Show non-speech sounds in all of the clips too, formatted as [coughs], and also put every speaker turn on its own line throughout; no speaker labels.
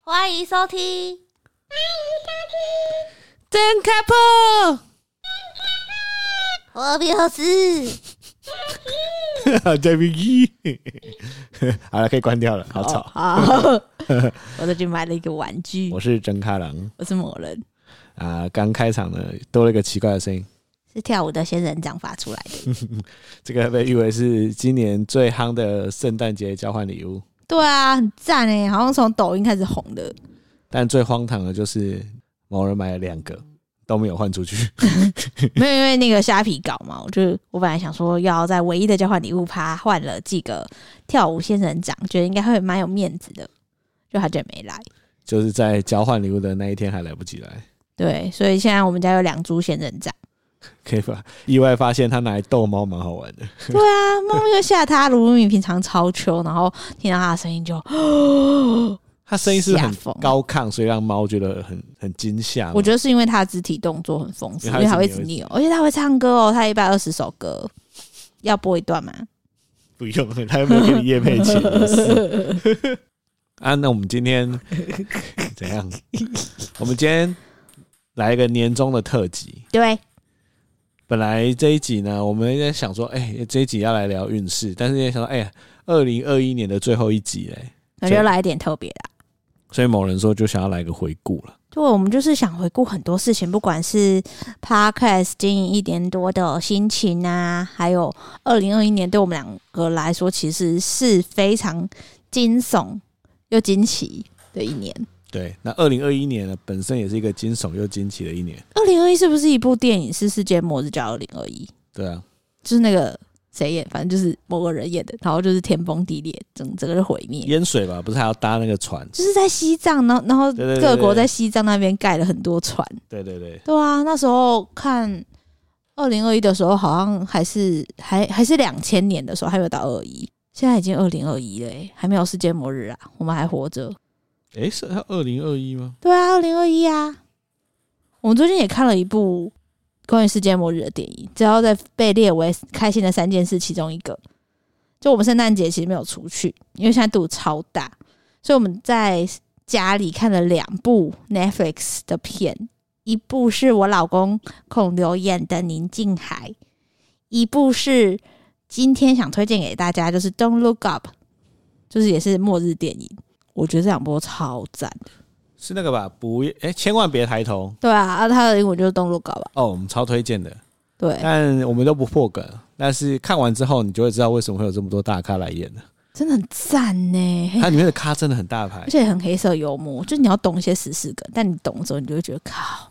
欢迎收听。
真开破，
我比尔斯，
j v e [laughs] 好了，可以关掉了，好吵。
好， [laughs] 我最近买了一个玩具，
我是真开朗
我是某人，
啊，刚开场呢多了一个奇怪的声音，
是跳舞的仙人掌发出来的。
这个被誉为是今年最夯的圣诞节交换礼物。
对啊，很赞哎，好像从抖音开始红的。
但最荒唐的就是某人买了两个都没有换出去， [laughs]
没有因为那个虾皮搞嘛，我就我本来想说要在唯一的交换礼物趴换了几个跳舞仙人掌，觉得应该会蛮有面子的，就他就没来。
就是在交换礼物的那一天还来不及来，
对，所以现在我们家有两株仙人掌。
可以发意外发现他拿来逗猫，蛮好玩的。
[laughs] 对啊，猫咪就吓他，卢米平常超秋，然后听到他的声音就，
他声音是很
吓疯
高亢，所以让猫觉得很很惊吓嘛。
我觉得是因为他的肢体动作很丰富，因
因为
为他
它
会
一
一
直
直扭
扭，
而且他会唱歌哦，他一百二十首歌，要播一段吗？
不用了，他又没有给你叶配钱。是啊，那我们今天怎样？我们今天来一个年终的特辑。
对，
本来这一集呢，我们在想说，哎、这一集要来聊运势，但是也想说，哎、呀，二零二一年的最后一集嘞，
那
所以
就来一点特别啦。
所以某人说就想要来个回顾了。
对，我们就是想回顾很多事情，不管是 podcast 经营一年多的心情啊，还有二零二一年对我们两个来说，其实是非常惊悚又惊奇的一年。
对，那二零二一年呢，本身也是一个惊悚又惊奇的一年。
二零二一是不是一部电影是世界末日叫二零二一？
对啊，
就是那个谁演，反正就是某个人演的，然后就是天崩地裂，整整个就毁灭。
淹水吧，不是还要搭那个船？
就是在西藏，然后然后
对对对
各国
对
在西藏那边盖了很多船。
对对对，
对啊，那时候看二零二一的时候，好像还是还还是两千年的时候，还没有到二一。现在已经二零二一了、欸，还没有世界末日啊，我们还活着。
哎、是他二零二一吗？
对啊，二零二一啊，我们最近也看了一部关于世界末日的电影，只要在被列为开心的三件事其中一个。就我们圣诞节其实没有出去，因为现在肚子超大，所以我们在家里看了两部 Netflix 的片，一部是我老公孔刘演的《宁静海》，一部是今天想推荐给大家就是《Don't Look Up》，就是也是末日电影。我觉得这两部超赞。
是那个吧？不，哎、千万别抬头
对啊，啊，他的英文就是动作稿吧？
哦，我们超推荐的。
对，
但我们都不破梗，但是看完之后，你就会知道为什么会有这么多大咖来演
[laughs]
了。
真的很赞呢，嘿
它里面的咖真的很大牌
而，且很黑色幽默，就你要懂一些时事梗，但你懂之后，你就会觉得靠，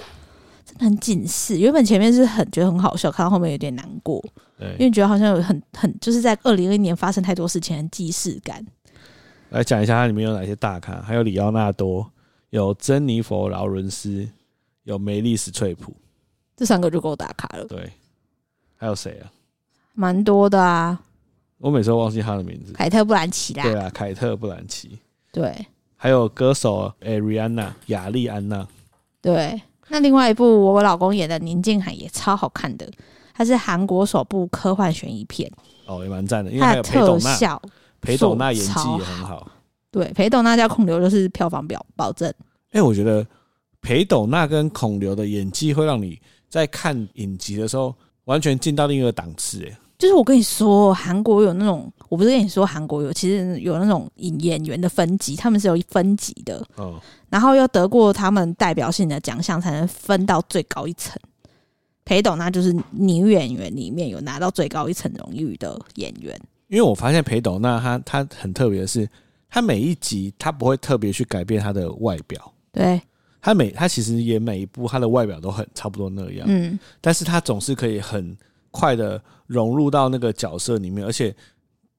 真的很警示。原本前面是很觉得很好笑，看到后面有点难过，因
对，
为觉得好像有很很就是在二零二一年发生太多事情，很既视感。
来讲一下它里面有哪些大咖，还有里奥纳多，有珍妮佛劳伦斯，有梅丽史翠普，
这三个就够打卡了，
对，还有谁啊？
蛮多的啊。
我每次都忘记他的名字。
凯特·布兰奇啦，
对啊，凯特·布兰奇，
对
还有歌手 Ariana 雅丽安娜，
对。那另外一部我老公演的《宁静海》也超好看的，它是韩国首部科幻悬疑片，
哦，也蛮赞的，因为
它
还
的
有啊裴
特
斗娜，
效
裴斗娜演技
超
也很好。
对，裴斗娜加孔刘就是票房表保证。
哎、我觉得裴斗娜跟孔刘的演技会让你在看影集的时候完全进到另一个档次、哎，
就是我跟你说，韩国有那种，我不是跟你说韩国有，其实有那种演员的分级，他们是有分级的，
哦，
然后要得过他们代表性的奖项才能分到最高一层。裴斗娜就是女演员里面有拿到最高一层荣誉的演员，
因为我发现裴斗娜她她很特别的是，她每一集她不会特别去改变她的外表，
对，
她每她其实演每一部她的外表都很差不多那样，
嗯，
但是她总是可以很快的融入到那个角色里面，而且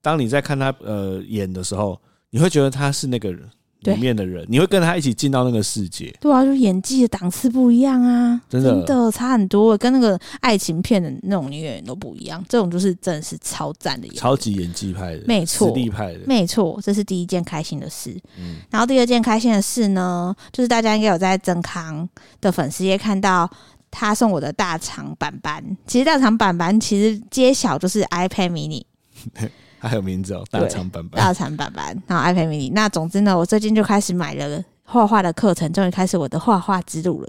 当你在看她呃演的时候，你会觉得她是那个人
对
里面的人，你会跟她一起进到那个世界。
对啊，就演技的档次不一样啊，
真的
差很多，跟那个爱情片的那种女演员都不一样，这种就是真的是超赞的演员，
超级演技派的，
没错
实力派的，
没错，这是第一件开心的事。
嗯，
然后第二件开心的事呢，就是大家应该有在曾康的粉丝页看到他送我的大肠板板。其实大肠板板其实揭晓就是 iPad
[laughs]
mini
还有名字哦，
对
大肠版本，
大肠板板，然后 iPad mini。那总之呢，我最近就开始买了画画的课程，终于开始我的画画之路了。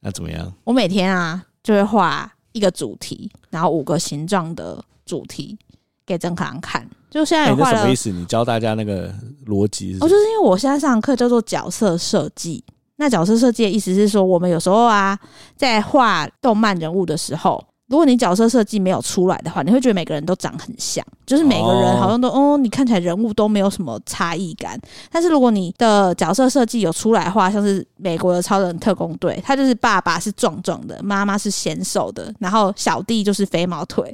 那怎么样？
我每天啊就会画一个主题，然后五个形状的主题给郑可郎看。就现在
哎、
也
那
画
什
了，
么意思？你教大家那个逻辑是什
哦，
么？
就是因为我现在上的课叫做角色设计。那角色设计的意思是说，我们有时候啊，在画动漫人物的时候，如果你角色设计没有出来的话，你会觉得每个人都长很像，就是每个人
哦
好像都哦你看起来人物都没有什么差异感。但是如果你的角色设计有出来的话，像是美国的超人特工队，他就是爸爸是壮壮的，妈妈是纤瘦的，然后小弟就是肥毛腿，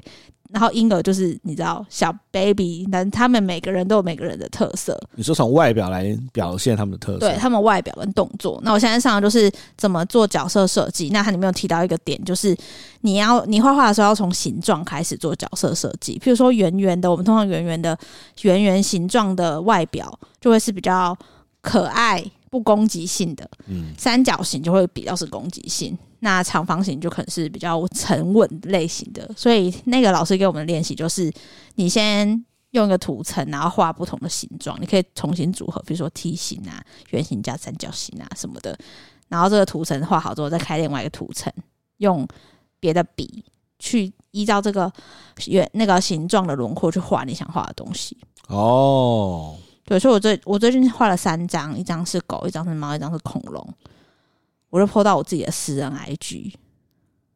然后婴儿就是你知道小 baby，但他们每个人都有每个人的特色。
你说从外表来表现他们的特色，
对他们外表跟动作。那我现在上的就是怎么做角色设计。那它里面有提到一个点，就是你要你画画的时候要从形状开始做角色设计。譬如说圆圆的，我们通常圆圆的圆圆形状的外表就会是比较可爱、不攻击性的；
嗯，
三角形就会比较是攻击性。那长方形就可能是比较沉稳类型的，所以那个老师给我们的练习就是，你先用一个图层，然后画不同的形状，你可以重新组合，比如说梯形啊、圆形加三角形啊什么的。然后这个图层画好之后，再开另外一个图层，用别的笔去依照这个圆那个形状的轮廓去画你想画的东西。
哦，
对，所以我最我最近画了三张，一张是狗，一张是猫，一张是恐龙。我就 po 到我自己的私人 IG，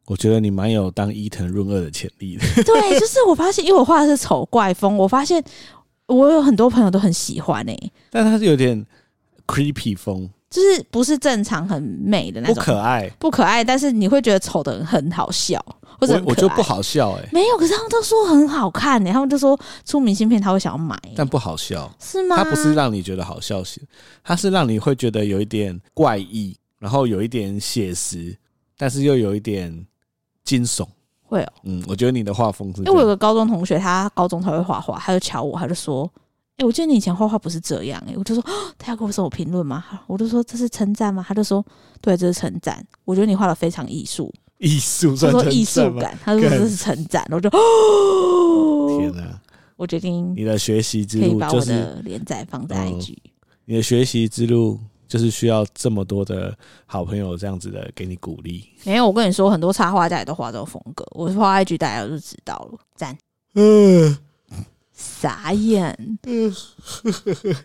我觉得你蛮有当伊藤润二的潜力的。 [laughs]
对，就是我发现，因为我画的是丑怪风，我发现我有很多朋友都很喜欢诶、
但他是有点 creepy 风，
就是不是正常很美的那
不
种，
可爱。
不可爱，但是你会觉得丑的很好笑，或者
我
很
我
可
觉得
爱
不。好笑哎、
没有，可是他们都说很好看欸呢、他们就说出明信片他会想要买、
但不好笑，
是吗？
它不是让你觉得好笑型，它是让你会觉得有一点怪异，然后有一点写实，但是又有一点惊悚。
会哦、
嗯，我觉得你的画风是这
哎因为我有
样，
个高中同学，他高中他会画画，他就瞧我，他就说：“哎、我记得你以前画画不是这样。”哎，我就说 [gasps] 哦：“他要给我什么评论吗？”我就说：“这是称赞吗？”他就说：“对，这是称赞。我觉得你画的非常艺术。”
艺术
他
算
说：“
称
艺
赞
术
吗？
感。”他说：“
干
这是称赞。”我就 [gasps] 哦
天，哪、
我决定
你的学习之
可以
路
把
就
我
是
的连载放在
嗯
IG。
你的学习之路，就是需要这么多的好朋友这样子的给你鼓励。
[laughs] 没有，我跟你说，很多插画家也都画这种风格。我画 IG 大家就知道了，赞，
嗯，
傻眼， [laughs]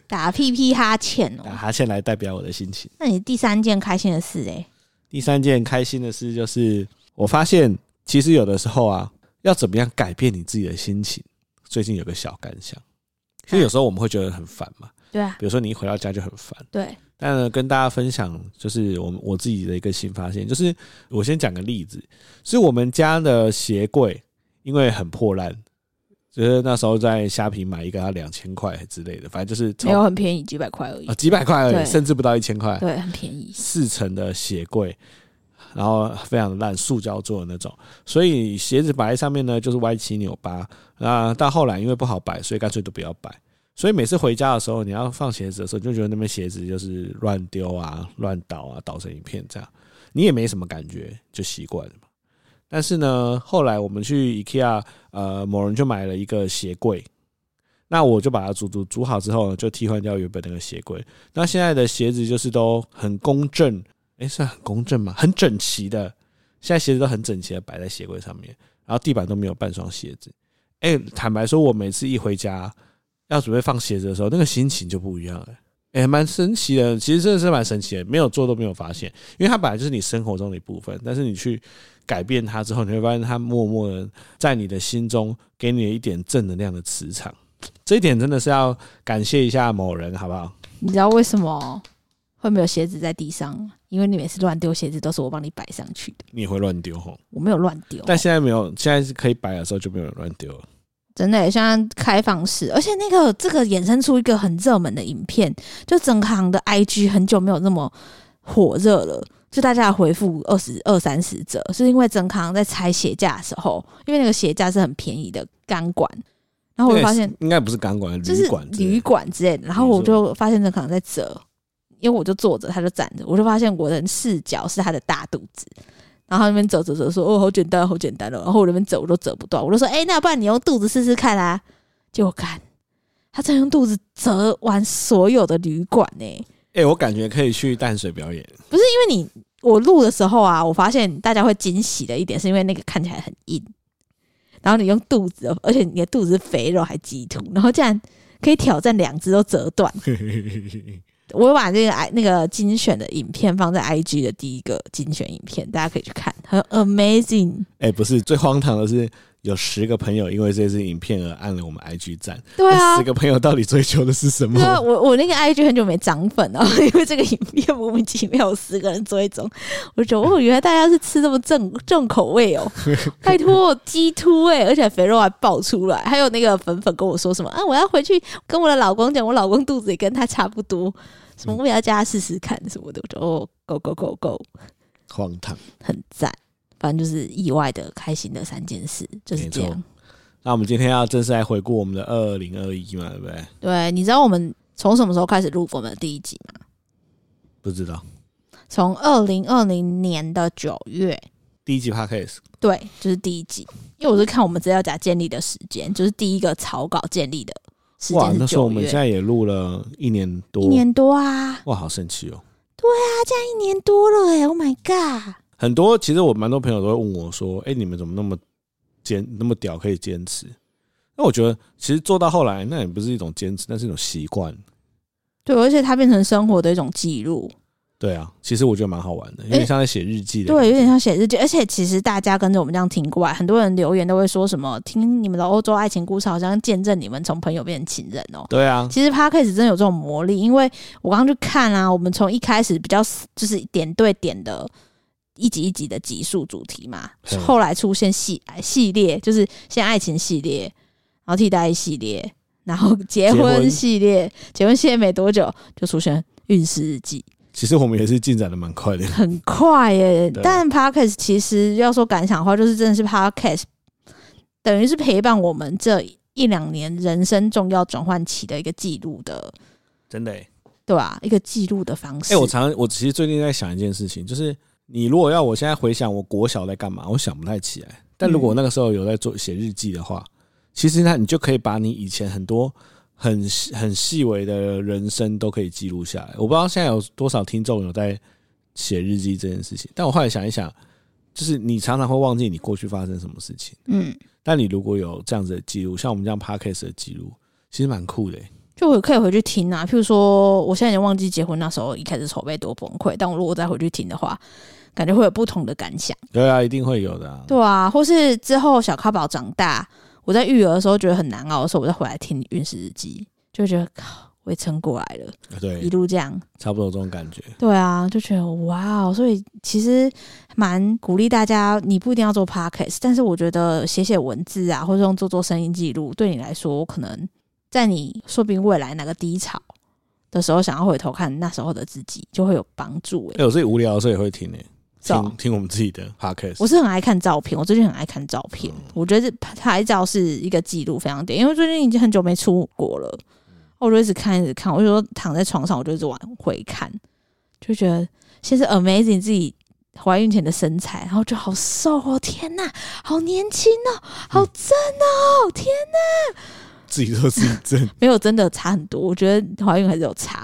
打屁屁哈欠哦
打。哈欠来代表我的心情。
那你第三件开心的事哎、
第三件开心的事就是，我发现其实有的时候啊，要怎么样改变你自己的心情，最近有个小感想。其实有时候我们会觉得很烦嘛，
对啊，
比如说你一回到家就很烦。
对，
但呢，跟大家分享就是我们我自己的一个新发现，就是我先讲个例子，是我们家的鞋柜因为很破烂，就是那时候在虾皮买一个要两千块之类的，反正就是
没
从
有
啊、
很便宜，几百块而已，
几百块而
对
已，甚至不到一千块，
对，很便宜。
四层的鞋柜，然后非常烂，塑胶做的那种，所以鞋子摆在上面呢就是歪七扭八。那到后来因为不好摆，所以干脆都不要摆。所以每次回家的时候，你要放鞋子的时候，你就觉得那边鞋子就是乱丢啊、乱倒啊，倒成一片这样，你也没什么感觉，就习惯了嘛。但是呢，后来我们去 IKEA，呃，某人就买了一个鞋柜，那我就把它煮煮煮好之后呢，就替换掉原本那个鞋柜。那现在的鞋子就是都很公正，诶，算很公正嘛，很整齐的。现在鞋子都很整齐的摆在鞋柜上面，然后地板都没有半双鞋子。诶，坦白说，我每次一回家要准备放鞋子的时候，那个心情就不一样了。诶，蛮神奇的，其实真的是蛮神奇的，没有做都没有发现，因为它本来就是你生活中的一部分，但是你去改变它之后，你会发现它默默的在你的心中给你一点正能量的磁场，这一点真的是要感谢一下某人，好不好？
你知道为什么会没有鞋子在地上吗？因为你每次乱丢鞋子都是我帮你摆上去的，
你也会乱丢吼，
我没有乱丢。
但现在没有，现在是可以摆的时候就没有人乱丢了。
真的耶，现在开放式，而且那个这个衍生出一个很热门的影片，就整行的 IG 很久没有那么火热了。就大家的回复二十二三十折，是因为整行在拆鞋架的时候，因为那个鞋架是很便宜的钢管，然后我就发现
应该不是钢管，
就是
旅馆之类的
旅馆之类的。然后我就发现这可能在折，因为我就坐着，他就站着，我就发现我的视角是他的大肚子。然后他那边折折折说：“哦，好简单，好简单哦。”然后我那边折我都折不断，我就说：“哎、那不然你用肚子试试看啊。”结果看他真的用肚子折完所有的旅馆呢、
哎、我感觉可以去淡水表演。 [laughs]
不是因为你我录的时候啊，我发现大家会惊喜的一点是因为那个看起来很硬，然后你用肚子，而且你的肚子是肥肉还鸡突，然后竟然可以挑战两只都折断。我有把这个 i 那个精选的影片放在 IG 的第一个精选影片，大家可以去看，很 amazing。
哎、不是，最荒唐的是有十个朋友因为这支影片而按了我们 IG 赞。
对啊
十，个朋友到底追求的是什么
对？啊，我我那个 IG 很久没涨粉了， [laughs] 因为这个影片莫名其妙有十个人追踪，我就觉得哦，原来大家是吃这么正重口味哦，拜托鸡突哎，而且肥肉还爆出来，还有那个粉粉跟我说什么啊，我要回去跟我的老公讲，我老公肚子也跟他差不多，什么我也要叫他试试看什么的，我就哦，go go go go，
荒唐。
很赞，反正就是意外的开心的三件事，就是这
没错
样。
那我们今天要正式来回顾我们的二零二一嘛，对不对？
对，你知道我们从什么时候开始录我们的第一集吗？
不知道
从二零二零年的九月，
第一集 podcast
对，就是第一集，因为我是看我们资料夹建立的时间，就是第一个草稿建立的时
哇
间，
那
是
时候我
九
们
月，
现在也录了一年多，
一年多啊，
哇，好神奇哦！
一年多了哎、o h my god！
很多其实我蛮多朋友都会问我说：“哎、你们怎么那么坚那么屌可以坚持？”那我觉得其实做到后来，那也不是一种坚持，那是一种习惯。
对，而且它变成生活的一种记录，
对啊，其实我觉得蛮好玩的，有点像在写日记的。
对，有点像写日记。而且其实大家跟着我们这样听过来，很多人留言都会说什么，听你们的欧洲爱情故事，好像见证你们从朋友变成情人哦、
对啊，
其实 podcast 真的有这种魔力，因为我刚刚去看啊，我们从一开始比较就是点对点的一集一集的集数主题嘛
嗯，
后来出现系哎系列，就是先爱情系列，然后替代役系列，然后结
结
婚
婚
系列，结婚系列没多久就出现运势日记，
其实我们也是进展的蛮快的。
很快耶、
对
但 podcast 其实要说感想的话，就是真的是 podcast 等于是陪伴我们这一两年人生重要转换期的一个记录的。
[laughs] 真的、欸。
对吧、一个记录的方
哎、
式。
我常我其实最近在想一件事情，就是你如果要我现在回想我国小在干嘛，我想不太起来。但如果我那个时候有在做写日记的话，其实呢，你就可以把你以前很多很细很细微的人生都可以记录下来。我不知道现在有多少听众有在写日记这件事情，但我后来想一想，就是你常常会忘记你过去发生什么事情，
嗯，
但你如果有这样子的记录，像我们这样 podcast 的记录，其实蛮酷的欸、
就我可以回去听啊。譬如说，我现在已经忘记结婚那时候一开始筹备多崩溃，但我如果再回去听的话，感觉会有不同的感想。
对啊，一定会有的、啊。
对啊，或是之后小咖宝长大，我在育儿的时候觉得很难熬的时候，我再回来听《运势日记》，就会觉得靠，我也撑过来了，一
对，
路这样。
差不多这种感觉。
对啊，就觉得哇哦，所以其实蛮鼓励大家，你不一定要做 podcast，但是我觉得写写文字啊，或者用做做声音记录，对你来说，可能在你说不定未来哪个低潮的时候，想要回头看那时候的自己，就会有帮助、欸。
哎、我自己无聊的时候也会听诶、
是哦
听听我们自己的 podcast。
我是很爱看照片，我最近很爱看照片，我觉得这拍照是一个记录非常点，因为最近已经很久没出国了，我就一直看一直看，我就说躺在床上，我就一直往回看，就觉得先是 amazing 自己怀孕前的身材，然后就好瘦哦，天呐，好年轻哦，好正哦，天，
自己做自己正，
没有真的差很多，我觉得怀孕还是有差，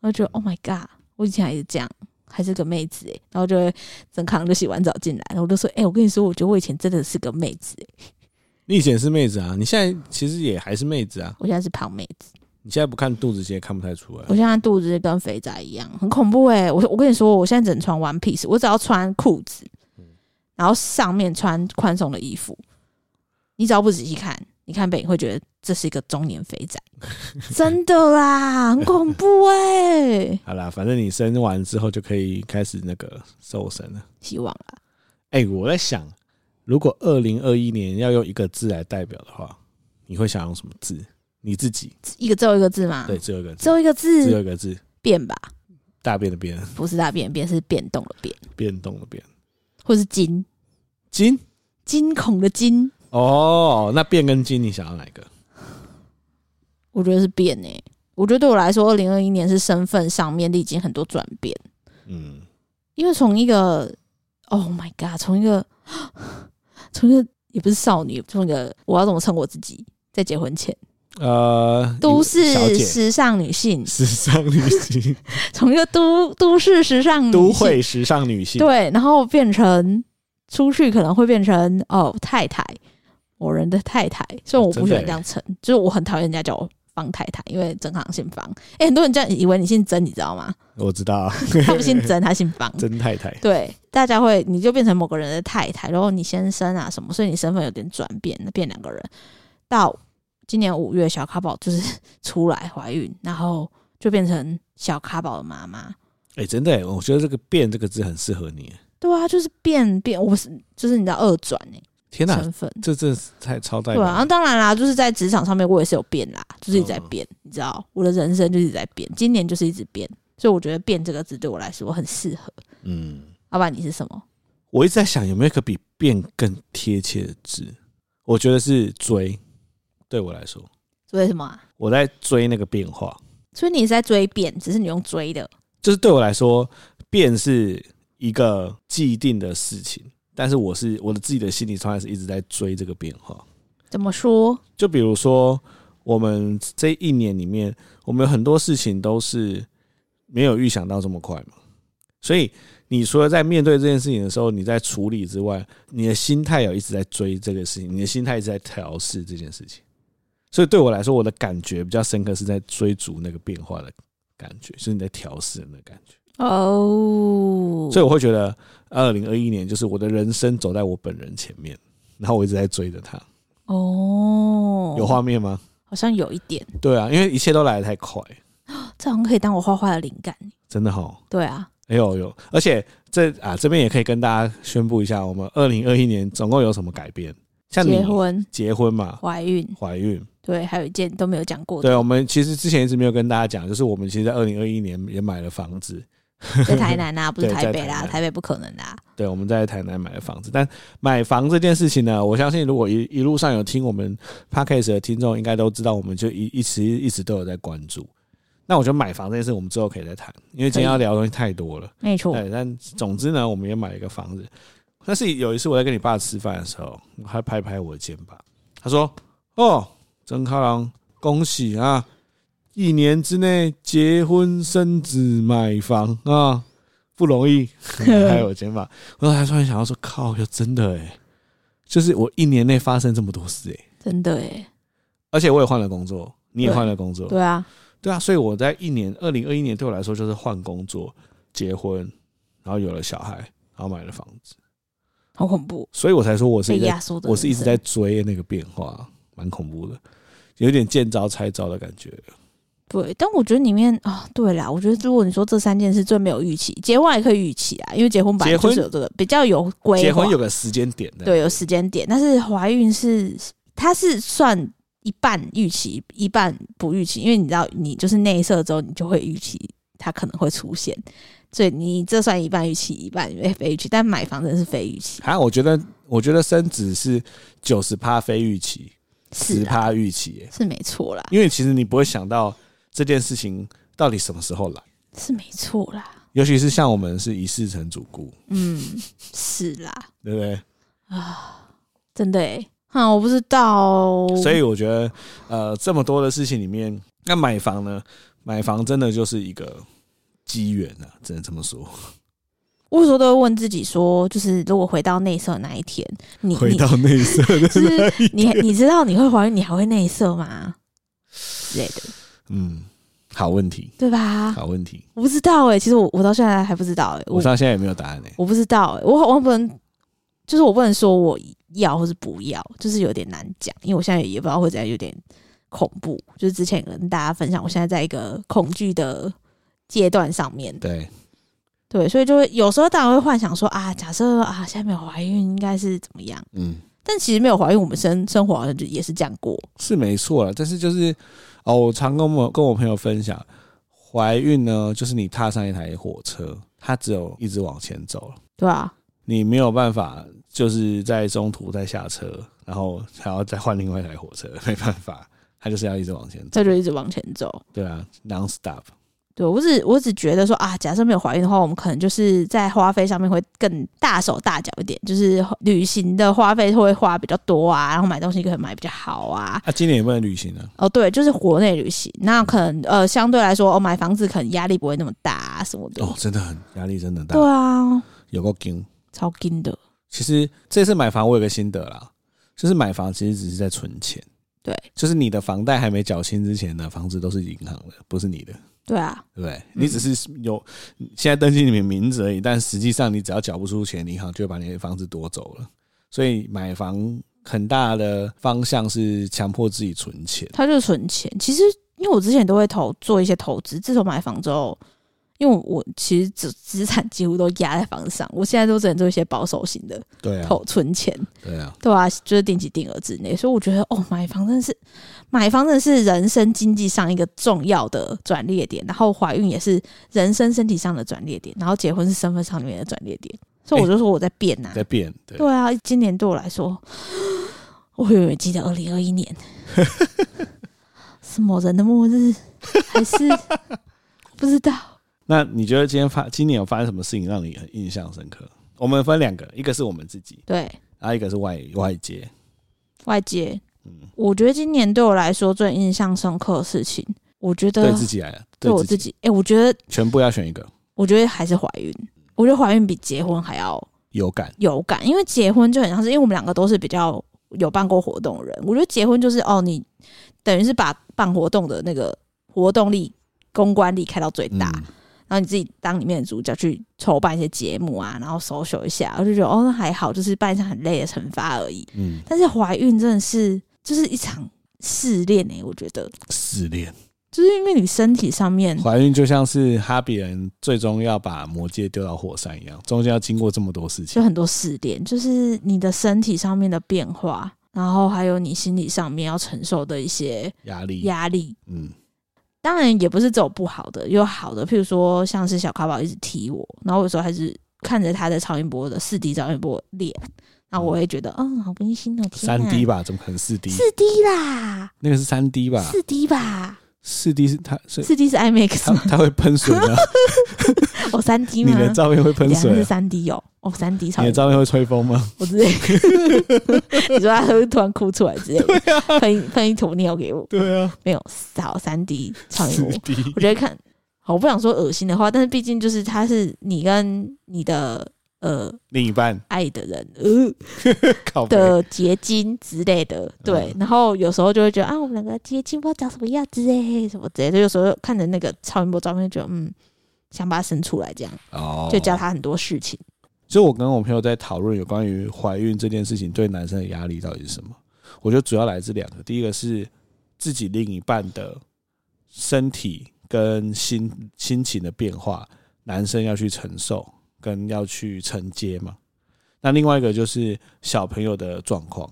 然后觉得 oh my god，我以前还是这样。还是个妹子哎、然后就会整康就洗完澡进来，然后我就说：“哎、我跟你说，我觉得我以前真的是个妹子、欸
[laughs] 你以前是妹子啊，你现在其实也还是妹子啊。
我现在是胖妹子，
你现在不看肚子，其实也看不太出来
我。现在肚子跟肥仔一样，很恐怖哎、我我跟你说，我现在只能穿 one piece，我只要穿裤子，然后上面穿宽松的衣服，你只要不仔细看，你看背影会觉得这是一个中年肥仔，真的啦，很恐怖哎、
好啦，反正你生完之后就可以开始那个瘦身了。
希望啦，
哎、我在想，如果二零二一年要用一个字来代表的话，你会想用什么字？你自己
一个只有一个字嘛，
对，只有一个
只
字，
有一个
只有
字
一个字，
变吧，
大便的便，
不是大变变是变动的变，
变动的变，
或是惊
金
惊恐的惊，
哦，那变跟金，你想要哪一个？
我觉得是变哎、我觉得对我来说，二零二一年是身份上面历经很多转变。
嗯，
因为从一个，Oh my God，从一个， [laughs] 从一个也不是少女，从一个我要怎么称我自己，在结婚前，
呃，
都
小
市
姐
时尚女性，
时尚女性，
从一个都都市时尚女
都
性
会时尚女性，
对，然后变成出去可能会变成哦太太，某人的太太，所以我不喜
真的
欢
欸
这样称，就是我很讨厌人家叫我方太太，因为曾行姓方， [laughs] 哎、很多人这样以为你姓曾，你知道
[laughs]
吗？
我知道啊，
他不姓曾，他姓方。
曾太太，
对，大家会你就变成某个人的太太，然后你先生啊什么，所以你身份有点转变，变两个人。到今年五月，小卡宝就是出来怀孕，然后就变成小卡宝的妈妈。
哎、真的、欸，我觉得这个“变”这个字很适合你欸。
对啊，就是变变，我是就是你知道二转哎、
天哪、
身份。
这真的是太嗯超代
对啊，
表
那当然啦，就是在职场上面，我也是有变啦，就是一直在变，你知道，我的人生就是一直在变，今年就是一直变，所以我觉得“变”这个字对我来说很适合。
嗯，
要不然你是什么？
我一直在想有没有一个比“变”更贴切的字，我觉得是“追”。对我来说，
追什么、啊？
我在追那个变化，
所以你是在追变，只是你用追的。
就是对我来说，变是一个既定的事情，但是我是我的自己的心理状态是一直在追这个变化。
怎么说？
就比如说，我们这一年里面，我们有很多事情都是没有预想到这么快嘛。所以，你除了在面对这件事情的时候，你在处理之外，你的心态有一直在追这个事情，你的心态一直在调试这件事情。所以对我来说，我的感觉比较深刻是在追逐那个变化的感觉，就是你在调试的那个感觉。
哦
所以我会觉得，二零二一年就是我的人生走在我本人前面，然后我一直在追着他。
哦，
有画面吗？
好像有一点，
对啊，因为一切都来得太快。
这好像可以当我画画的灵感。
真的哈，
对啊，
哎呦呦，而且这啊这边也可以跟大家宣布一下，我们二零二一年总共有什么改变？像你
结婚、
结婚嘛，
怀孕，
怀孕，
对，还有一件都没有讲过
对
的，
我们其实之前一直没有跟大家讲，就是我们其实，在二零二一年也买了房子，
在台南啊，不是
对
台
在
北
台
啦，
南
台北不可能啊啦。
[laughs] 对，我们在台南买了房子，但买房这件事情呢，我相信如果一一路上有听我们 podcast 的听众，应该都知道，我们就一一直一直都有在关注。那我觉得买房这件事，我们之后可以再谈，因为今天要聊的东西太多了。
没错，
对，但总之呢，我们也买了一个房子。但是有一次我在跟你爸吃饭的时候，他拍拍我的肩膀，他说：“哦，曾开郎，恭喜啊！一年之内结婚、生子、买房啊，不容易。”拍我肩膀，我还突然想到说：“靠，又真的哎、就是我一年内发生这么多事哎、
[laughs] 真的诶，
而且我也换了工作，你也
对
换了工作，
对啊，
对啊，所以我在一年，二零二一年对我来说就是换工作、结婚，然后有了小孩，然后买了房子，
好恐怖，
所以我才说我是
被
一直在
压缩的人生。
我是一直在追那个变化，蛮恐怖的，有点见招拆招的感觉。
对，但我觉得里面啊、对啦，我觉得如果你说这三件事最没有预期，结婚也可以预期啊，因为结婚本来
结
就
婚
是有这个比较有规划，
结婚有个时间点的，
对有时间点，但是怀孕是它是算一半预期，一半不预期，因为你知道你就是内射之后，你就会预期它可能会出现，所以你这算一半预期，一半非预期，但买房真的是非预期，
啊，我觉得我觉得升值是九十趴非预期，
是
十
啊，
趴预期耶，
是没错啦，
因为其实你不会想到这件事情到底什么时候来，
是没错啦，
尤其是像我们是一世成主顾，
嗯，是啦。
对不对？
真的哎、哼，我不知道哦、
所以我觉得，呃，这么多的事情里面，那买房呢？买房真的就是一个机缘啊，只能这么说。
我有时候都会问自己说，就是如果回到内射那一天，你
回到内射
[laughs] 你
的，
就是你你知道你会怀孕，你还会内射吗？之类的，
嗯，好问题，
对吧？
好问题。
我不知道哎、其实我我到现在还不知道哎、
我
我
到现在也没有答案呢、欸
我不知道哎、我好我不能，就是我不能说我要或是不要，就是有点难讲，因为我现在也不知道会怎样，有点恐怖。就是之前跟大家分享，我现在在一个恐惧的阶段上面，
对，
对，所以就会有时候当然会幻想说啊，假设啊现在没有怀孕，应该是怎么样？
嗯，
但其实没有怀孕，我们生生活好像就也是这样过。
是没错了。但是就是，哦，我常跟我跟我朋友分享，怀孕呢，就是你踏上一台火车，它只有一直往前走了，
对啊，
你没有办法，就是在中途再下车，然后还要再换另外一台火车，没办法，它就是要一直往前走。
这就一直往前走。
对啊，non stop。
对我只我只觉得说啊，假设没有怀孕的话，我们可能就是在花费上面会更大手大脚一点，就是旅行的花费会花比较多啊，然后买东西可能买比较好啊。
啊，今年有没有旅行呢、
哦，对，就是国内旅行，那可能呃相对来说，哦买房子可能压力不会那么大、啊、什么的。
哦，真的很压力，真的大
对，啊，
有够惊。
超金的，
其实这次买房我有个心得啦，就是买房其实只是在存钱。
对，
就是你的房贷还没缴清之前呢，房子都是银行的，不是你的，
对啊，
对不对？你只是有现在登记你的名字而已，但实际上你只要缴不出钱，银行就会把你的房子夺走了。所以买房很大的方向是强迫自己存钱。
他就是存钱。其实因为我之前都会投做一些投资，自从买房之后，因为我我其实资资产几乎都压在房子上，我现在都只能做一些保守型的
对啊，
投存钱。
对啊，
对啊，就是定期定额之内，所以我觉得哦，买房真的是买房真的是人生经济上一个重要的转捩点，然后怀孕也是人生身体上的转捩点，然后结婚是身份上面的转捩点，所以我就说我在变呐、
在变。对，
对啊，今年对我来说， [gasps] 我永远记得二零二一
[laughs]
年是某人的末日，还是 [laughs] 不知道
那你觉得今天发今年有发生什么事情让你很印象深刻？我们分两个，一个是我们自己，
对
然后一个是外外界。
外界。
嗯，
我觉得今年对我来说最印象深刻的事情，我觉得
对自己来了，
对我自
自己，
己，哎、我觉得
全部要选一个
我觉得还是怀孕，我觉得怀孕比结婚还要
有感。
有感，因为结婚就很像是，因为我们两个都是比较有办过活动的人，我觉得结婚就是哦，你等于是把办活动的那个活动力、公关力开到最大，
嗯
然后你自己当里面的主角去筹办一些节目啊，然后搜秀一下，我就觉得哦，那还好，就是办一场很累的惩罚而已。
嗯，
但是怀孕真的是就是一场试炼欸诶，我觉得
失恋。
就是因为你身体上面
怀孕就像是哈比人最终要把魔戒丢到火山一样，中间要经过这么多事
就
情。
很多试炼，就是你的身体上面的变化，然后还有你心理上面要承受的一些
压力，
压力。
嗯，
当然也不是只有不好的，也有好的，譬如说像是小卡宝一直踢我，然后有时候还是看着他的超音波的四 D 超音波脸，然后我会觉得，嗯，好温馨哦，
三 D 吧，啊怎么可能四 D？
四 D 啦，
那个是三 D 吧？
四 D 吧，
四 D 是它是
四 D 是 IMAX
它
吗？
它会喷水
[laughs]
的，
哦，三 D
你
吗？
的照片会喷
等一下
水
是
啊，
三 D 哦，哦，三 D 超
你的
音波，
照片会吹风吗？
我之
[laughs]
类，你说他会突然哭出来之类
啊
的，喷一喷一坨尿给我。
对啊，
没有扫三 D 超音
[laughs] 四
波。
D
我觉得看，好我不想说恶心的话，但是毕竟就是它是你跟你的呃
另一半
爱的人呃
靠背
的结晶之类的，对。然后有时候就会觉得啊，我们两个结晶不知道长什么样子哎，什么之类的。有时候看着那个超音波照片，就觉得嗯。想把它生出来，这样
哦，
就教。他很多事情。
所以我跟我朋友在讨论有关于怀孕这件事情对男生的压力到底是什么。我觉得主要来自两个，第一个是自己另一半的身体跟心心情的变化，男生要去承受跟要去承接嘛。那另外一个就是小朋友的状况，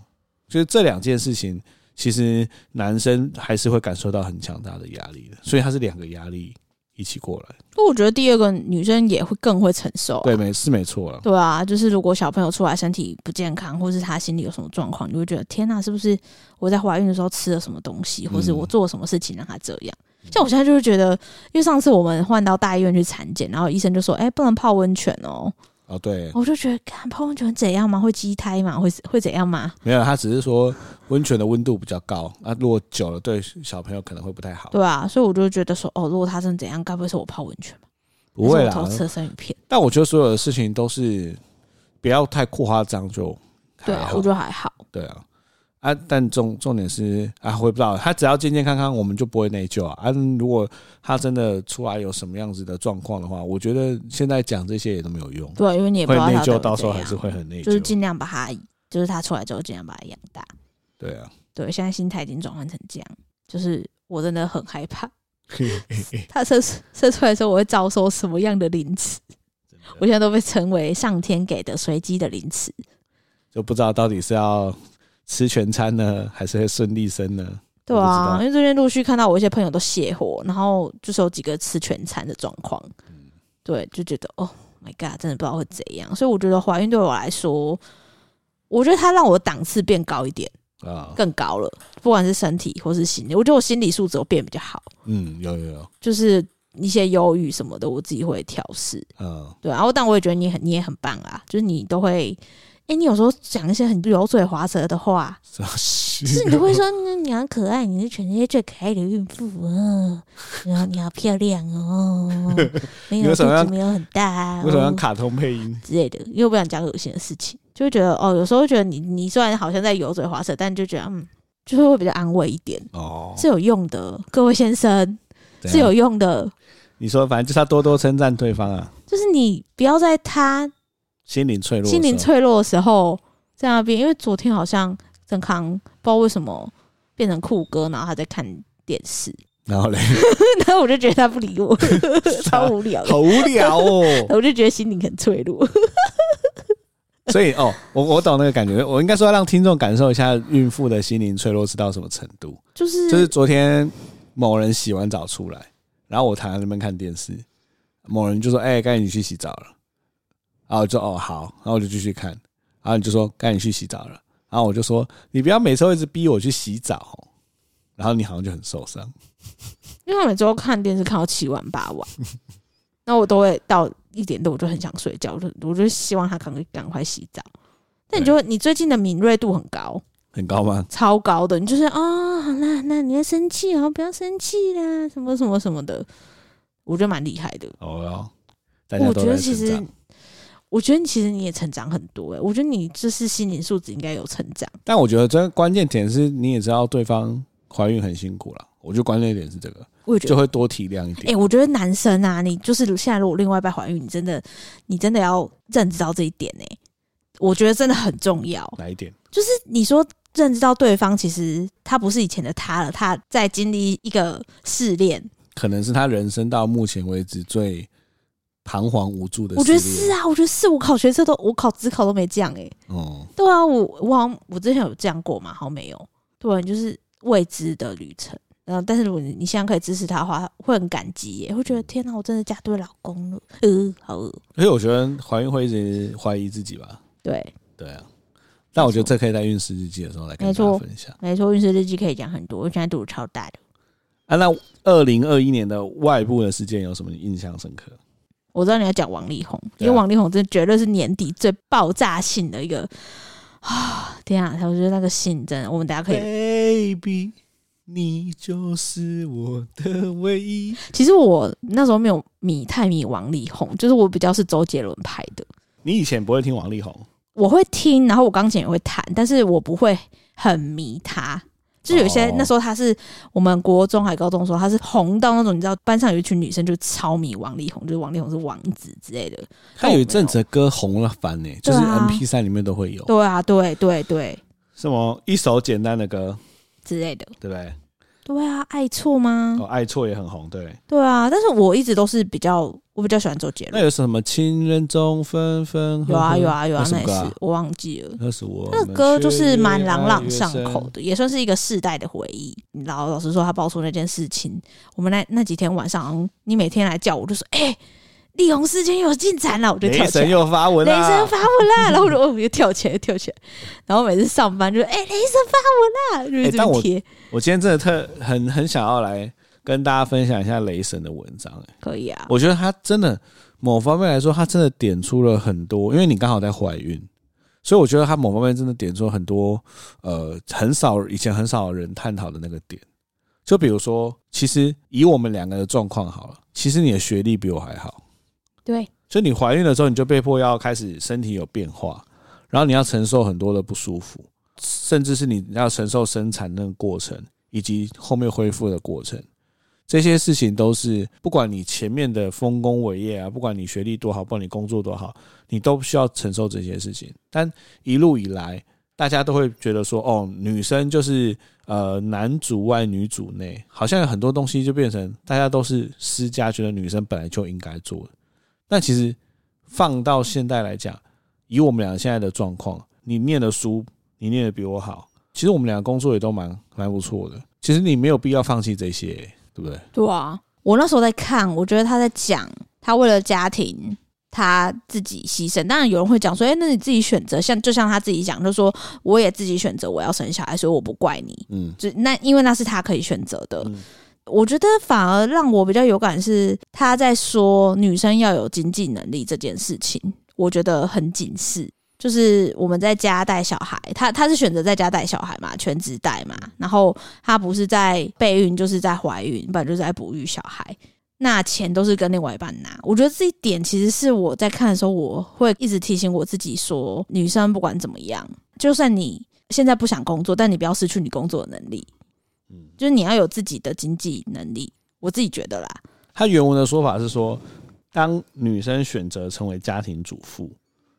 就是这两件事情，其实男生还是会感受到很强大的压力的，所以它是两个压力一起过来。
不过我觉得第二个女生也会更会承受、啊，
对，没是没错了。
对啊，就是如果小朋友出来身体不健康，或是他心里有什么状况，你会觉得天哪、是不是我在怀孕的时候吃了什么东西，或
嗯
是我做了什么事情让他这样？像我现在就会觉得，因为上次我们换到大医院去产检，然后医生就说：“哎、不能泡温泉哦。
哦，对”，
我就觉得，看泡温泉怎样嘛？会畸胎嘛？会会怎样嘛？
没有，他只是说温泉的温度比较高，那、如果久了对小朋友可能会不太好。
对啊，所以我就觉得说，哦，如果他真的怎样，该不会是我泡温泉吧？
不会
还
啦
是我，偷吃了生鱼片。
但我觉得所有的事情都是不要太夸张就
对
还
啊，
好。
我觉得还好。
对啊，啊，但重重点是啊，我也不知道，他只要健健康康，我们就不会内疚啊。啊，如果他真的出来有什么样子的状况的话，我觉得现在讲这些也都没有用，
对啊，因为你也不
会
知道
内
他
疚，
会
到时候
怎
还是
样
会很内疚。
就是尽量把他，就是他出来之后尽量把他养大。
对啊， [laughs]
对，现在心态已经转换成这样，就是我真的很害怕，他射出射出来的时候，我会遭受什么样的凌迟？我现在都被称为上天给的随机的凌迟。
就不知道到底是要吃全餐呢，还是会顺利生呢？
对
我不知
啊，
道
因为最近陆续看到我一些朋友都卸货，然后就是有几个吃全餐的状况，对，就觉得哦 my god，真的不知道会怎样。所以我觉得怀孕对我来说，我觉得它让我的档次变高一点，
啊，
更高了，不管是身体或是心理，我觉得我心理素质有变比较好。
嗯，有有有，
就是一些忧郁什么的，我自己会调试。
嗯，
对啊，但我也觉得你很你也很棒啊，就是你都会，哎、你有时候讲一些很油嘴滑舌的话，
是啊是
就是你会说嗯你很可爱，你是全世界最可爱的孕妇哦，然后你好漂亮哦，没有
为
肚
什么要
子没有很大、哦，
[laughs] 为什么要卡通配音？
之类的，因为我不想讲恶心的事情，就会觉得哦，有时候会觉得你你虽然好像在油嘴滑舌，但就觉得嗯，就是会比较安慰一点，
哦，
是有用的，各位先生
怎
是
样
有用的，
你说，反正就是要多多称赞对方啊，
就是你不要在他
心灵脆弱的时
心
候，
灵脆弱的时候在那边，因为昨天好像郑康不知道为什么变成酷哥，然后他在看电视， [laughs]
然后嘞， [laughs]
然后我就觉得他不理我，超无聊的，
好无
[laughs]
聊哦。
我就觉得心灵很脆弱，
所以哦，我我懂那个感觉，我应该说要让听众感受一下孕妇的心灵脆弱是到什么程度。
就是
就是昨天某人洗完澡出来，然后我躺在那边看电视，某人就说：“哎、该你去洗澡了。”然后我就哦好，然后我就继续看，然后你就说：“该你去洗澡了。”然后我就说：“你不要每次都一直逼我去洗澡哦。”然后你好像就很受伤，
因为我每周看电视看到七晚八
[laughs]
晚，那我都会到一点多，我就很想睡觉，我就我就希望他赶快赶快洗澡。但你就会，你最近的敏锐度很高，
很高吗？
超高的，你就是啊、哦，好啦，那你要生气哦，不要生气啦，什么什么什么的，我觉得蛮厉害的。
哦哟，大家
我
都
觉
在
得其
成
实
长。，
我觉得其实你也成长很多诶、欸我觉得你就是心理素质应该有成长。
但我觉得这关键点是，你也知道对方怀孕很辛苦了。我觉得关键点是这个，
我也觉得
就会多体谅一
哎、
点。
我觉得男生啊，你就是现在如果另外一半怀孕，你真的你真的要认知到这一点呢、我觉得真的很重要。
哪一点？
就是你说认知到对方其实他不是以前的他了，他在经历一个试炼，
可能是他人生到目前为止最彷徨无助的。
我觉得是，啊，我觉得是我考学测都我考只考都没这样哎、
哦、
对啊，我我好像我之前有这样过嘛，好像没有，对、啊，就是未知的旅程。然后，但是如果你你现在可以支持他的话，会很感激耶，会觉
嗯
得天哪，我真的嫁对老公了，呃，好恶，
而且我觉得怀孕会一直怀疑自己吧，
对，
对啊。但我觉得这可以在运势日记的时候来跟
没
大家
错
分享。
没错，运势日记可以讲很多，我现在肚子超大的。
啊，那二零二一年的外部的事件有什么印象深刻？
我知道你要讲王力宏，
对
因
啊
为王力宏这绝对是年底最爆炸性的一个啊！天啊，我觉得那个信真的，我们大家可以。
Baby，你就是我的唯一。
其实我那时候没有迷太迷王力宏，就是我比较是周杰伦派的，
你以前不会听王力宏，
我会听，然后我钢琴也会弹，但是我不会很迷他。就是有一些、
哦
那时候他是我们国中还高中的时候，他是红到那种你知道班上有一群女生就超迷王力宏，就是王力宏是王子之类的。
他有一阵子的歌红了翻呢、就是
对啊
MP 三里面都会有，
对啊，对对对
什么一首简单的歌，
之类的。
对不对？
对啊，爱错吗？
哦，爱错也很红，对。
对啊，但是我一直都是比较，我比较喜欢周杰
那
伦。
有什么情人中纷纷合
有啊
合
有啊有啊
那，什
那也
么歌
是、
啊
我忘记了。
那是我
那个
们
歌就是
却
蛮
越
朗
爱
朗
越
上
深
口的，也算是一个世代的回忆。然后老实说，他爆出那件事情，我们那那几天晚上，你每天来叫我，就说：“哎、力宏事件有进展了。”我就跳
雷
起
神
来。
又发文
雷
啊啦、
神发文啦，然后我就哦，又跳起来，跳起来，然后每次上班就哎、雷神发文啦，就是
哎
这
但我
边贴，
我今天真的特很很想要来跟大家分享一下雷神的文章、哎
可以啊，
我觉得他真的某方面来说，他真的点出了很多，因为你刚好在怀孕，所以我觉得他某方面真的点出了很多呃很少以前很少人探讨的那个点。就比如说，其实以我们两个的状况好了，其实你的学历比我还好。
对，
所以你怀孕的时候，你就被迫要开始身体有变化，然后你要承受很多的不舒服，甚至是你要承受生产那个过程，以及后面恢复的过程。这些事情都是不管你前面的丰功伟业啊，不管你学历多好，不管你工作多好，你都需要承受这些事情。但一路以来，大家都会觉得说，哦，女生就是呃男主外女主内，好像有很多东西就变成大家都是施加，觉得女生本来就应该做的。但其实放到现在来讲，以我们俩现在的状况，你念的书，你念的比我好，其实我们俩工作也都蛮蛮不错的。其实你没有必要放弃这些、对不对？
对啊，我那时候在看，我觉得他在讲他为了家庭他自己牺牲。当然有人会讲说，哎、那你自己选择，像就像他自己讲，就说我也自己选择我要生小孩，所以我不怪你。
嗯，
就那因为那是他可以选择的，
嗯
我觉得反而让我比较有感是他在说女生要有经济能力这件事情，我觉得很警示。就是我们在家带小孩，他他是选择在家带小孩嘛，全职带嘛，
嗯
然后他不是在备孕就是在怀孕，不然就是在哺育小孩。那钱都是跟另外一半拿，我觉得这一点其实是我在看的时候，我会一直提醒我自己说，女生不管怎么样，就算你现在不想工作，但你不要失去你工作的能力。
嗯
就是你要有自己的经济能力。我自己觉得啦，
他原文的说法是说，当女生选择成为家庭主妇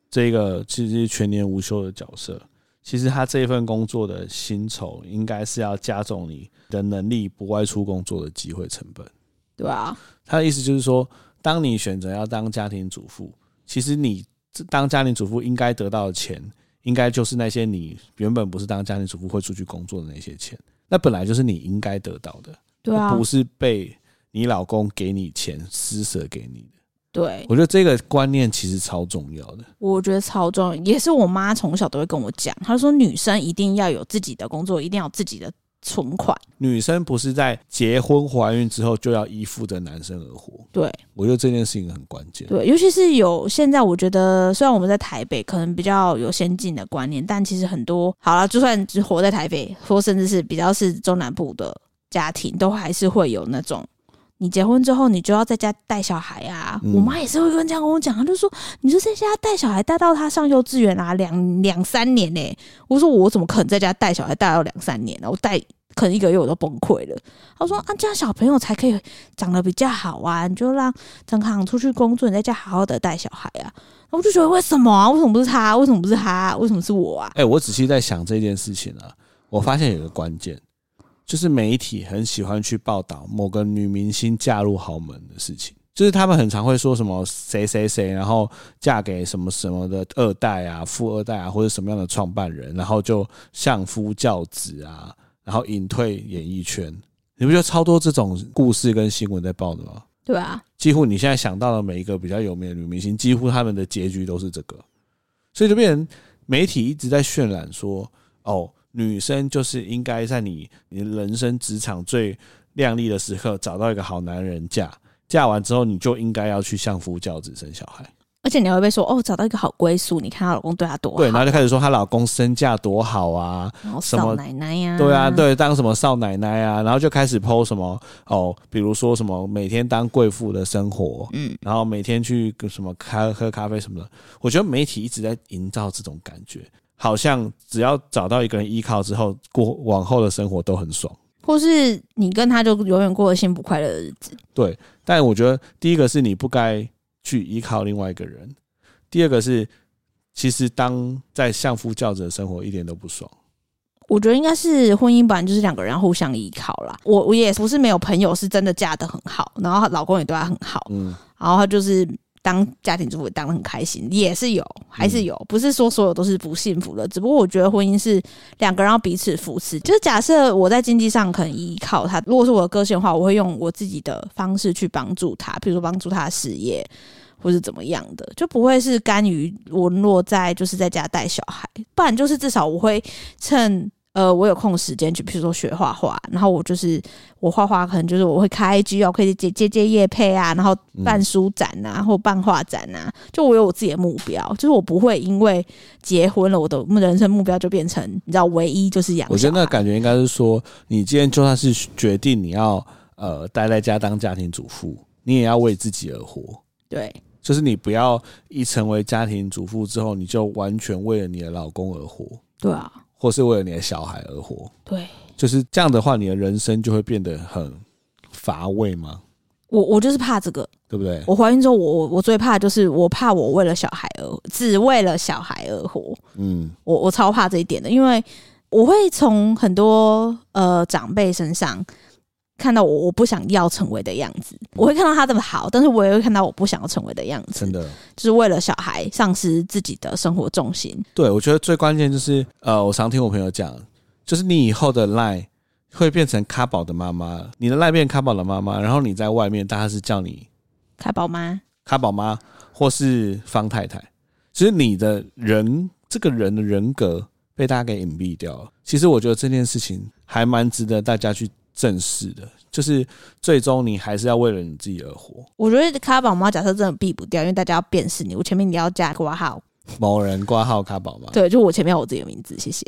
这个其实全年无休的角色，其实她这份工作的薪酬应该是要加重你的能力不外出工作的机会成本。
对啊，
他的意思就是说，当你选择要当家庭主妇，其实你这当家庭主妇应该得到的钱，应该就是那些你原本不是当家庭主妇会出去工作的那些钱，那本来就是你应该得到的，
对啊
不，是被你老公给你钱施舍给你的。
对，
我觉得这个观念其实超重要的。
我觉得超重要，也是我妈从小都会跟我讲，她说女生一定要有自己的工作，一定要有自己的存款。
女生不是在结婚怀孕之后就要依附着男生而活，
对
我觉得这件事情很关键。
对，尤其是有现在，我觉得虽然我们在台北可能比较有先进的观念，但其实很多好了，就算只活在台北，或甚至是比较是中南部的家庭，都还是会有那种。你结婚之后，你就要在家带小孩啊！
嗯
我妈也是会跟这样跟我讲，她就说：“你就在家带小孩，带到他上幼稚园啊，两两三年呢、我说：“我怎么可能在家带小孩带到两三年呢、我带可能一个月我都崩溃了。”她说：“啊，这样小朋友才可以长得比较好啊，你就让张康出去工作，你在家好好的带小孩啊。然后我就觉得为什么啊？为什么不是他？为什么不是他？为什么是我啊？
哎、我仔细在想这件事情啊，我发现有个关键，就是媒体很喜欢去报道某个女明星嫁入豪门的事情，就是他们很常会说什么谁谁谁，然后嫁给什么什么的二代啊、富二代啊，或者什么样的创办人，然后就相夫教子啊，然后隐退演艺圈。你不觉得超多这种故事跟新闻在报的吗？
对啊，
几乎你现在想到的每一个比较有名的女明星，几乎她们的结局都是这个，所以就变成媒体一直在渲染说，哦，女生就是应该在你你人生职场最亮丽的时刻找到一个好男人嫁，嫁完之后你就应该要去相夫教子生小孩，
而且你还会被说哦，找到一个好归宿，你看她老公对她多好，
对，然后就开始说她老公身价多好啊，
然后
什么
少奶奶呀、
对啊，，对，当什么少奶奶啊，然后就开始剖什么哦，比如说什么每天当贵妇的生活，
嗯，
然后每天去跟什么咖喝咖啡什么的。我觉得媒体一直在营造这种感觉，好像只要找到一个人依靠之后，过往后的生活都很爽。
或是你跟他就永远过得幸福快乐的日子。
对，但我觉得第一个是你不该去依靠另外一个人，第二个是其实当在相夫教子的生活一点都不爽。
我觉得应该是婚姻版就是两个人互相依靠啦。我我也不是没有朋友是真的嫁得很好，然后她老公也对她很好，
嗯，
然后她就是当家庭主妇当的很开心，也是有，还是有，不是说所有都是不幸福的。只不过我觉得婚姻是两个人要彼此扶持。就是假设我在经济上可能依靠他，如果是我的个性的话，我会用我自己的方式去帮助他，比如说帮助他的事业。或是怎么样的，就不会是甘于沦落在就是在家带小孩，不然就是至少我会趁呃我有空的时间去，比如说学画画，然后我就是我画画可能就是我会开 IG 哦，可以接接接业配啊，然后
嗯
办书展啊，或办画展啊，就我有我自己的目标，就是我不会因为结婚了，我的人生目标就变成你知道唯一就是养小孩。
我觉得那感觉应该是说，你今天就算是决定你要呃待在家当家庭主妇，你也要为自己而活。
对
就是你不要一成为家庭主妇之后，你就完全为了你的老公而活，
对啊，
或是为了你的小孩而活。
对
就是这样的话，你的人生就会变得很乏味嘛，
我我就是怕这个。
对不对？
我怀孕之后，我我我最怕的就是我怕我为了小孩而只为了小孩而活，
嗯
我我超怕这一点的，因为我会从很多呃长辈身上看到我我不想要成为的样子，我会看到他的好，但是我也会看到我不想要成为的样子
真，的，
就是为了小孩丧失自己的生活重心。
对我觉得最关键就是，呃，我常听我朋友讲，就是你以后的 line 会变成卡宝的妈妈，你的 line 变卡宝的妈妈，然后你在外面大家是叫你
开宝妈，
卡宝妈或是方太太，其实你的人这个人的人格被大家给隐蔽掉了。其实我觉得这件事情还蛮值得大家去正式的，就是最终你还是要为了你自己而活。
我觉得卡宝猫角色真的避不掉，因为大家要辨识你，我前面你要加个挂号，
某人挂号卡宝嘛，
对，就我前面有我自己的名字，谢谢。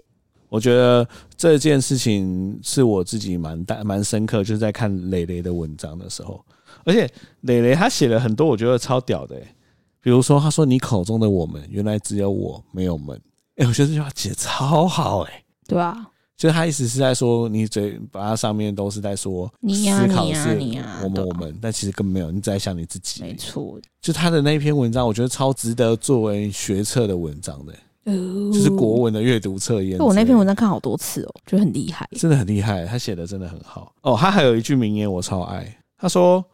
我觉得这件事情是我自己蛮大蛮深刻，就是在看磊磊的文章的时候，而且磊磊他写了很多我觉得超屌的、欸，比如说他说你口中的我们，原来只有我没有们，哎、我觉得这句话写得超好、欸，哎，
对啊，
就是他意思是在说你嘴巴上面都是在说
你呀
思考
你
的
呀
是
你呀
我
对啊
们我们，但其实根本没有，你只在想你自己而
没
已。
错，
就他的那一篇文章，我觉得超值得作为学测的文章的、欸就
就是
国。文的阅读测验之类的。
哦我那篇文章看好多次哦，觉得很厉害。
真的很厉害，他写的真的很好。哦，他还有一句名言我超爱，他说：“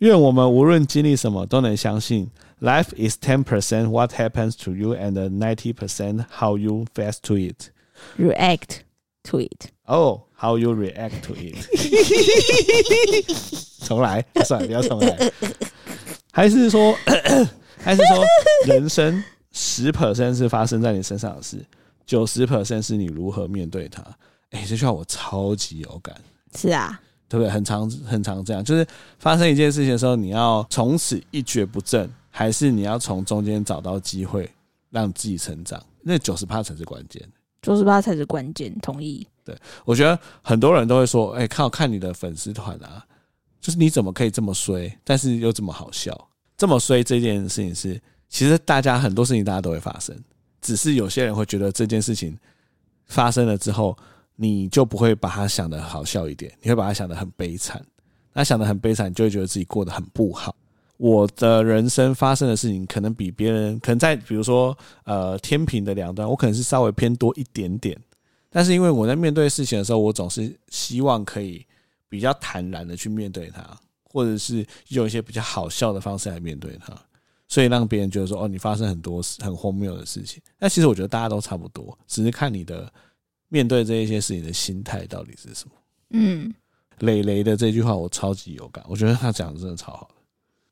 愿我们无论经历什么都能相信，Life is ten percent what happens to you and ninety percent how you face to it.
React to it，
Oh, how you react to it.” [laughs] 重来，算了，不要重来。还是说， [coughs] 还是说，人生十 percent 是发生在你身上的事，九十 percent 是你如何面对它。哎、这句话我超级有感。
是啊，
对不对？很常很常这样，就是发生一件事情的时候，你要从此一蹶不振，还是你要从中间找到机会让自己成长？那九十趴才是关键。
九十八才是关键，同意。
我觉得很多人都会说：“哎、看我看你的粉丝团啊，就是你怎么可以这么衰，但是又这么好笑？这么衰这件事情是，其实大家很多事情大家都会发生，只是有些人会觉得这件事情发生了之后，你就不会把它想的好笑一点，你会把它想的很悲惨。那想的很悲惨，你就会觉得自己过得很不好。”我的人生发生的事情，可能比别人，可能在比如说，呃，天平的两端，我可能是稍微偏多一点点，但是因为我在面对事情的时候，我总是希望可以比较坦然的去面对它，或者是用一些比较好笑的方式来面对它，所以让别人觉得说哦，你发生很多事很荒谬的事情。那其实我觉得大家都差不多，只是看你的面对这一些事情的心态到底是什么。
嗯，
磊磊的这句话我超级有感，我觉得他讲的真的超好。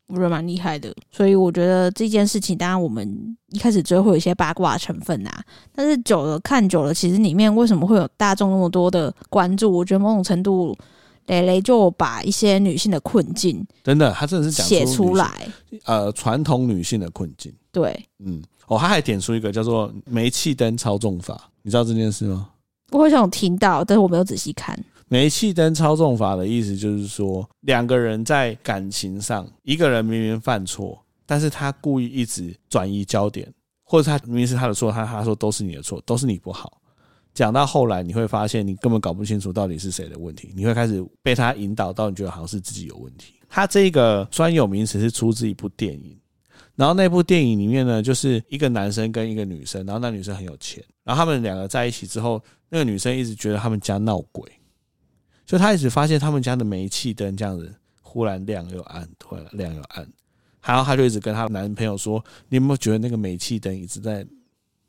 我觉得蛮厉害的。所以我觉得这件事情，当然我们一开始追会有一些八卦成分啊，但是久了看久了，其实里面为什么会有大众那么多的关注？我觉得某种程度，蕾蕾就把一些女性的困境
真的，他真的是讲
写
女性
出，来。
呃，传统女性的困境。
对，
嗯，哦，他还点出一个叫做煤气灯操纵法，你知道这件事吗？
我好像有听到，但是我没有仔细看。
煤气灯操纵法的意思就是说，两个人在感情上，一个人明明犯错，但是他故意一直转移焦点，或者他明明是他的错，他他说都是你的错，都是你不好。讲到后来，你会发现你根本搞不清楚到底是谁的问题，你会开始被他引导到，你觉得好像是自己有问题。他这个专有名词是出自一部电影，然后那部电影里面呢，就是一个男生跟一个女生，然后那女生很有钱，然后他们两个在一起之后，那个女生一直觉得他们家闹鬼，就她一直发现他们家的煤气灯这样子忽然亮又暗，突然亮又暗，然后她就一直跟她男朋友说：“你有没有觉得那个煤气灯一直在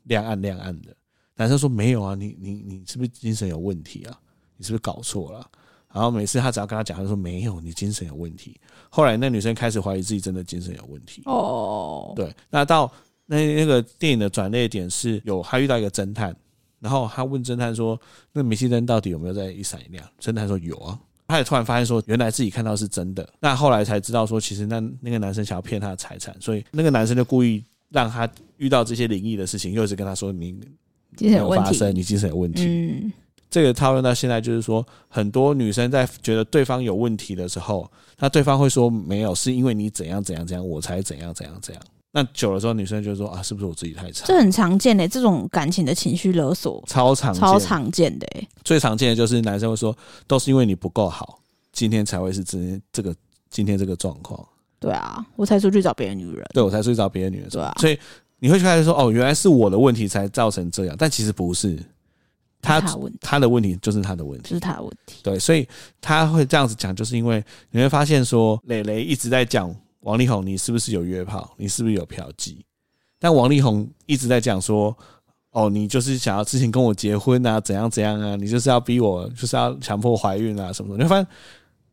亮暗亮暗的？”男生说：“没有啊，你你你是不是精神有问题啊？你是不是搞错了啊、然后每次她只要跟他讲，他就说没有，你精神有问题。后来那女生开始怀疑自己真的精神有问题。
哦，
对，那到那那个电影的转捩点是有他遇到一个侦探，然后他问侦探说：“那煤气灯到底有没有在一闪一亮？”侦探说：“有啊。”他也突然发现说，原来自己看到是真的。那后来才知道说，其实那那个男生想要骗他的财产，所以那个男生就故意让他遇到这些灵异的事情，又是跟他说：“你
精神有问
发
题。
生，你精神有问题。
嗯，
这个讨论到现在，就是说，很多女生在觉得对方有问题的时候，那对方会说没有，是因为你怎样怎样怎样，我才怎样怎样怎样。那久了之后，女生就说啊，是不是我自己太差？
这很常见嘞，这种感情的情绪勒索
超常见
超常见的欸。
最常见的就是男生会说，都是因为你不够好，今天才会是今这个今天这个状况，
对啊，我才出去找别的女人。
对我才去找别的女人。
对啊，
所以你会去开始说，哦，原来是我的问题才造成这样，但其实不是，
他
他
的问题
他的问题就是他的问题
这。是他的问题。
对，所以他会这样子讲，就是因为你会发现说，磊磊一直在讲王力宏，你是不是有约炮，你是不是有嫖妓？但王力宏一直在讲说，哦，你就是想要之前跟我结婚啊，怎样怎样啊，你就是要逼我，就是要强迫怀孕啊，什么什么。你会发现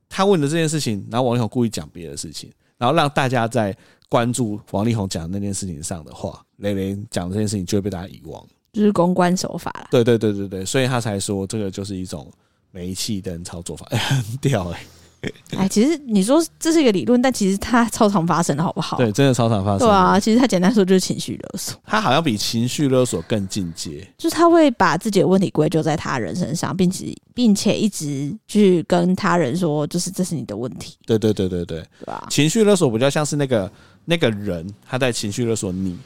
他问的这件事情，然后王力宏故意讲别的事情，然后让大家在关注王力宏讲的那件事情上的话，磊磊讲的这件事情就会被大家遗忘。 [laughs]
就是公关手法啦。
对对对对对，所以他才说这个就是一种煤气灯操作法， [laughs] 很屌哎、
哎，其实你说这是一个理论，但其实它超常发生的好不好？
对，真的超常发生。
对啊，其实它简单说就是情绪勒索，
它好像比情绪勒索更进阶。
就是他会把自己的问题归咎在他人身上，并且并且一直去跟他人说，就是这是你的问题，
对对对对对，
对吧？
情绪勒索比较像是那个那个人他在情绪勒索你，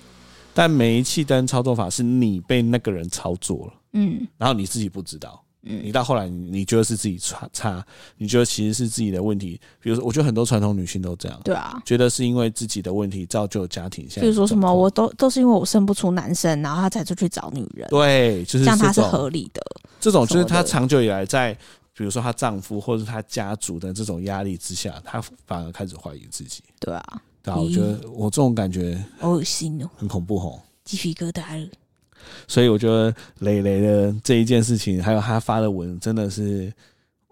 但煤气灯操作法是你被那个人操作了，
嗯
然后你自己不知道。你
嗯
到后来你，你觉得是自己差差，你觉得其实是自己的问题。比如说，我觉得很多传统女性都这样，
对啊，
觉得是因为自己的问题造就家庭现在
就是说什么我
的
都都是因为我生不出男生，然后他才出去找女人，
状况对，就
这
是这
样他是
种
合理的。
这种就是她
什么的
长久以来在，比如说她丈夫或者她家族的这种压力之下，她反而开始怀疑自己。
对啊，
对啊，我觉得我这种感觉
好恶心哦，
很恐怖吼。
鸡皮疙瘩了。
所以我觉得磊磊的这一件事情，还有他发的文，真的是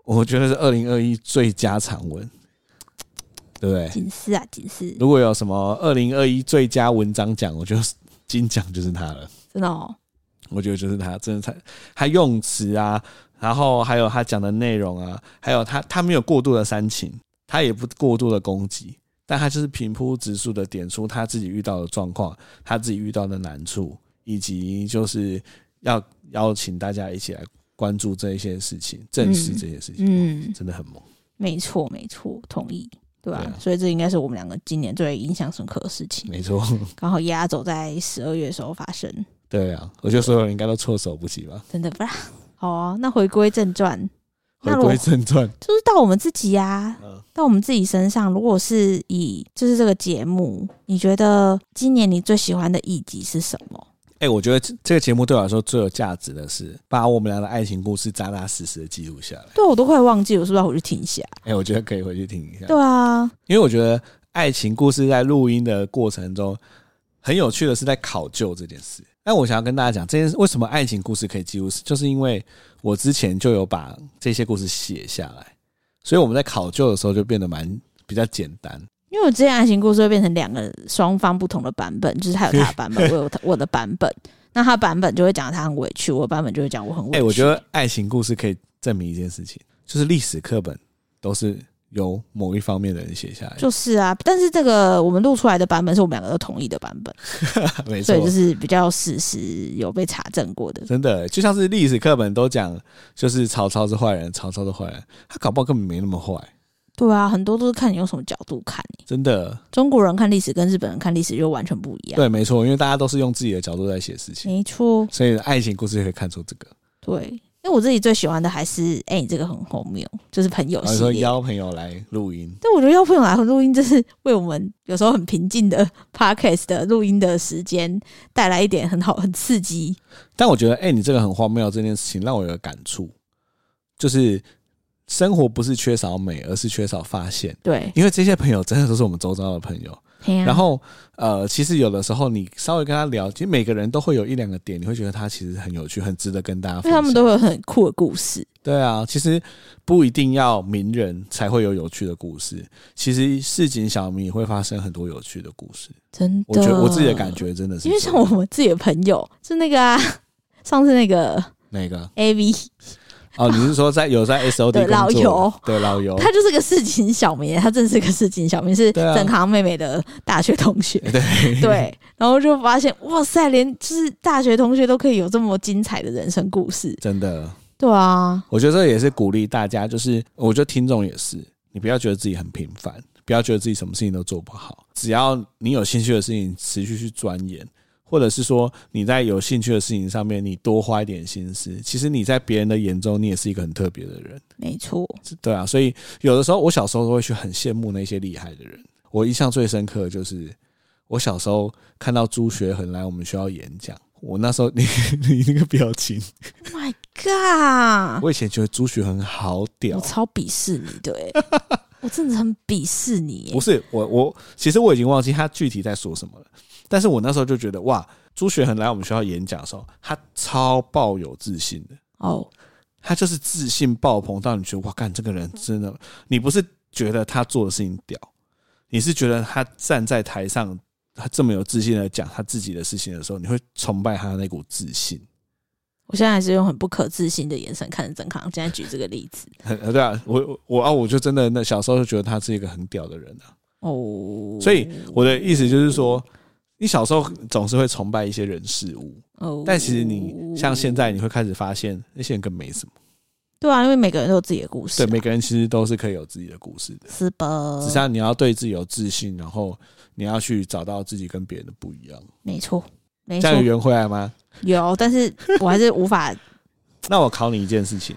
我觉得是二零二一最佳长文，对不对？
警示啊，警示，
如果有什么二零二一最佳文章奖，我觉得金奖就是他了。
真的哦，
我觉得就是他，真的他他用词啊，然后还有他讲的内容啊，还有他他没有过度的煽情，他也不过度的攻击，但他就是平铺直述的点出他自己遇到的状况，他自己遇到的难处，以及就是要邀请大家一起来关注这一些事情，正视这些事情，哦
嗯，
真的很猛。
没错，没错，同意，对吧、
对啊
所以这应该是我们两个今年最印象深刻的事情，
没错， [laughs]
刚好压轴在十二月的时候发生，
对啊，我觉得所有人应该都措手不及吧。
真的吧？好啊，那回归正传，
回
那如
归正传，
就是到我们自己呀、
嗯
到我们自己身上。如果是以就是这个节目，你觉得今年你最喜欢的一集是什么？
哎、我觉得这这个节目对我来说最有价值的是，把我们俩的爱情故事扎扎实实的记录下来。
对我都快忘记，我是不是要回去听一下？
哎、我觉得可以回去听一下，
对啊，
因为我觉得爱情故事在录音的过程中很有趣的是在考究这件事。但我想要跟大家讲，这件事为什么爱情故事可以记录，就是因为我之前就有把这些故事写下来，所以我们在考究的时候就变得蛮比较简单。
因为我之前爱情故事会变成两个双方不同的版本，就是他有他的版
[laughs]
本，我有他我的版本。那他的版本就会讲他很委屈，我的版本就会讲我很委屈。
哎、我觉得爱情故事可以证明一件事情，就是历史课本都是由某一方面的人写下来的。
就是啊，但是这个我们录出来的版本是我们两个都同意的版本，
[laughs] 没
所
错，
以就是比较事实有被查证过的。
真的欸就像是历史课本都讲，就是曹操是坏人，曹操是坏人，他搞不好根本没那么坏，
对啊，很多都是看你用什么角度看、欸。
真的。
中国人看历史跟日本人看历史就完全不一样。
对，没错，因为大家都是用自己的角度在写事情，
没错，
所以爱情故事可以看出这个。
对，因为我自己最喜欢的还是哎、你这个很荒谬，哦就是朋友
然后
系
哦说
列。
邀朋友来录音，
但我觉得要朋友来录音，就是为我们有时候很平静的 [laughs] podcast 的录音的时间带来一点很好、很刺激。
但我觉得，哎、你这个很荒谬这件事情让我有个感触，就是生活不是缺少美，而是缺少发现。
对，
因为这些朋友真的都是我们周遭的朋友，
嘿啊
然后呃，其实有的时候你稍微跟他聊，其实每个人都会有一两个点，你会觉得他其实很有趣，很值得跟大
因
家
为
分
他
享。
们都有很酷的故事，
对啊，其实不一定要名人才会有有趣的故事，其实市井小民也会发生很多有趣的故事。
真的。
我觉得我自己的感，觉真的是这
因
样，
为像我们自己的朋友是那个啊，上次那个
哪个
A V，
哦，你是说在有在 S O
[laughs]
D
对老友
对老友，
他就是个市井小民，他真是个市井小民，是
哦对啊
郑康妹妹的大学同学。
对
对，然后就发现，哇塞，连就是大学同学都可以有这么精彩的人生故事。
[laughs] 真的，
对啊，
我觉得这也是鼓励大家，就是我觉得听众也是，你不要觉得自己很平凡，不要觉得自己什么事情都做不好，只要你有兴趣的事情持续去钻研，或者是说你在有兴趣的事情上面你多花一点心思，其实你在别人的眼中你也是一个很特别的人，
没错，
对啊，所以有的时候我小时候都会去很羡慕那些厉害的人，我印象最深刻的就是我小时候看到朱学恒来我们学校演讲。我那时候，你 [laughs] 你那个表情，
，Oh My God！
我以前觉得朱学恒好
[laughs]
屌
我，超鄙视你的、
[laughs]
欸，我真的很鄙视你、
不
欸。
是我，我其实我已经忘记他具体在说什么了，但是我那时候就觉得哇，朱学恒来我们学校演讲的时候，他超抱有自信的，
哦，
他就是自信爆棚到你觉得哇，干这个人真的，你不是觉得他做的事情屌，你是觉得他站在台上，他这么有自信的讲他自己的事情的时候，你会崇拜他的那股自信。 [laughs]
我现在还是用很不可置信的眼神看着曾康，现在举这个例子
很对啊，我我啊，我就真的那小时候就觉得他是一个很屌的人啊。
哦。
所以我的意思就是说，你小时候总是会崇拜一些人事物，
哦，
但其实你像现在，你会开始发现那些人根本没什么。
对啊，因为每个人都有自己的故事、
对，
啊，嗯
每个人其实都是可以有自己的故事的，
是吧？
只是啊你要对自己有自信，然后你要去找到自己跟别人的不一样。
没错，没
这
错
样有，圆回来吗？
有，但是我还是无
[laughs]
法。
那我考你一件事情，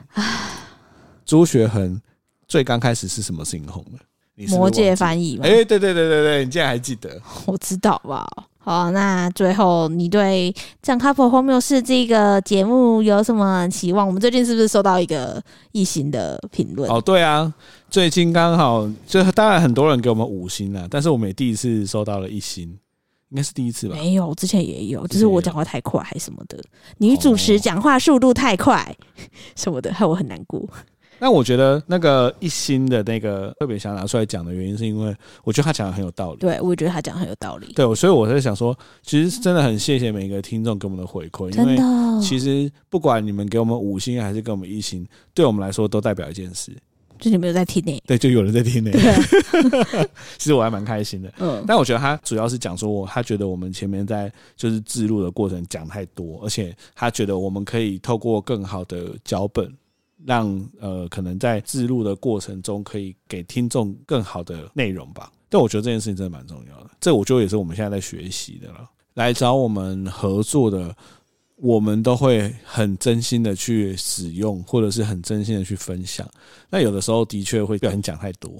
朱学恒最刚开始是什么事情红的？你是不是
魔界
忘记了
翻译嘛，
哎、对对对对对，你竟然还记得？
[laughs] 我知道吧。好，那最后你对《酱 couple 荒谬事》这个节目有什么期望？我们最近是不是收到一个异性的评论？
哦，对啊，最近刚好就当然很多人给我们五星了，但是我们也第一次收到了一星，应该是第一次吧？
没有，之前也有，
之前
就是我
也有
讲话太快还是什么的，女主持讲话速度太快、
哦
[laughs] 什么的，害我很难过。
那我觉得那个一星的那个特别想拿出来讲的原因，是因为我觉得他讲的很有道理。
对，我也觉得他讲得很有道理，
对，我所以我在想说，其实真的很谢谢每个听众给我们的回馈，因
真
为
的，哦
其实不管你们给我们五星还是给我们一星，对我们来说都代表一件事，
就你没有在听呢、欸
对，就有人在听
[laughs]
呢、
对啊，
其实我还蛮开心的。
嗯，
但我觉得他主要是讲说，他觉得我们前面在就是制录的过程讲太多，而且他觉得我们可以透过更好的脚本，让呃可能在制录的过程中可以给听众更好的内容吧。但我觉得这件事情真的蛮重要的，这我觉得也是我们现在在学习的了。来找我们合作的，我们都会很真心的去使用，或者是很真心的去分享。那有的时候的确会不小心讲太多，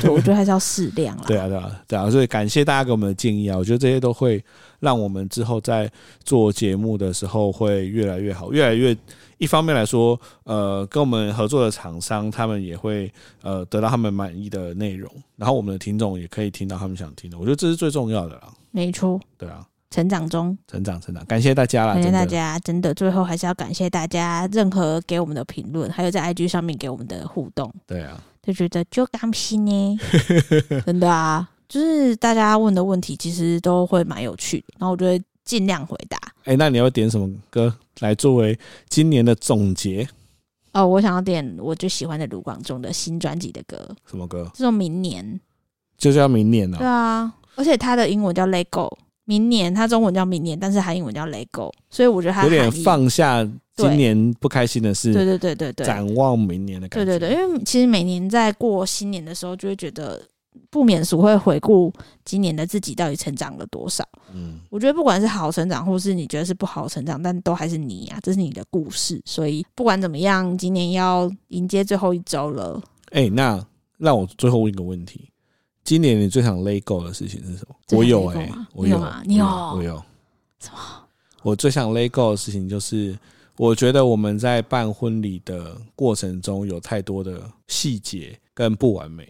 对，我觉得还是要适量啦。
对啊，对啊，对啊，所以感谢大家给我们的建议啊，我觉得这些都会让我们之后在做节目的时候会越来越好，越来越。一方面来说，呃，跟我们合作的厂商，他们也会呃得到他们满意的内容，然后我们的听众也可以听到他们想听的，我觉得这是最重要的啦。
没错，
对啊，
成长中，
成长成长，感谢大家啦，
感谢
真的
大家，真的，最后还是要感谢大家任何给我们的评论，还有在 IG 上面给我们的互动，
对啊，
就觉得就甘心
[laughs]
呢，真的啊，就是大家问的问题其实都会蛮有趣的，然后我就会尽量回答。
哎、那你要点什么歌来作为今年的总结？
哦，我想要点我最喜欢的卢广仲的新专辑的歌，
什么歌？
这种明年，
就是要明年了、
对啊，而且它的英文叫 Let Go，明年它中文叫明年，但是它英文叫 Let Go，所以我觉得它
有点
含义，
放下今
对
年不开心的事，
对对对对对，
展望明年的感
对
觉。
对对，因为其实每年在过新年的时候，就会觉得不免俗会回顾今年的自己到底成长了多少。
嗯，
我觉得不管是好成长，或是你觉得是不好成长，但都还是你呀、这是你的故事。所以不管怎么样，今年要迎接最后一周了。
哎、那让我最后问一个问题：今年你最想 l e go 的事情是什么？
最想
我有
let
哎、
go 吗
我
你有
有
吗你有
我有，我有
什
么？我最想 l e go 的事情就是，我觉得我们在办婚礼的过程中有太多的细节跟不完美，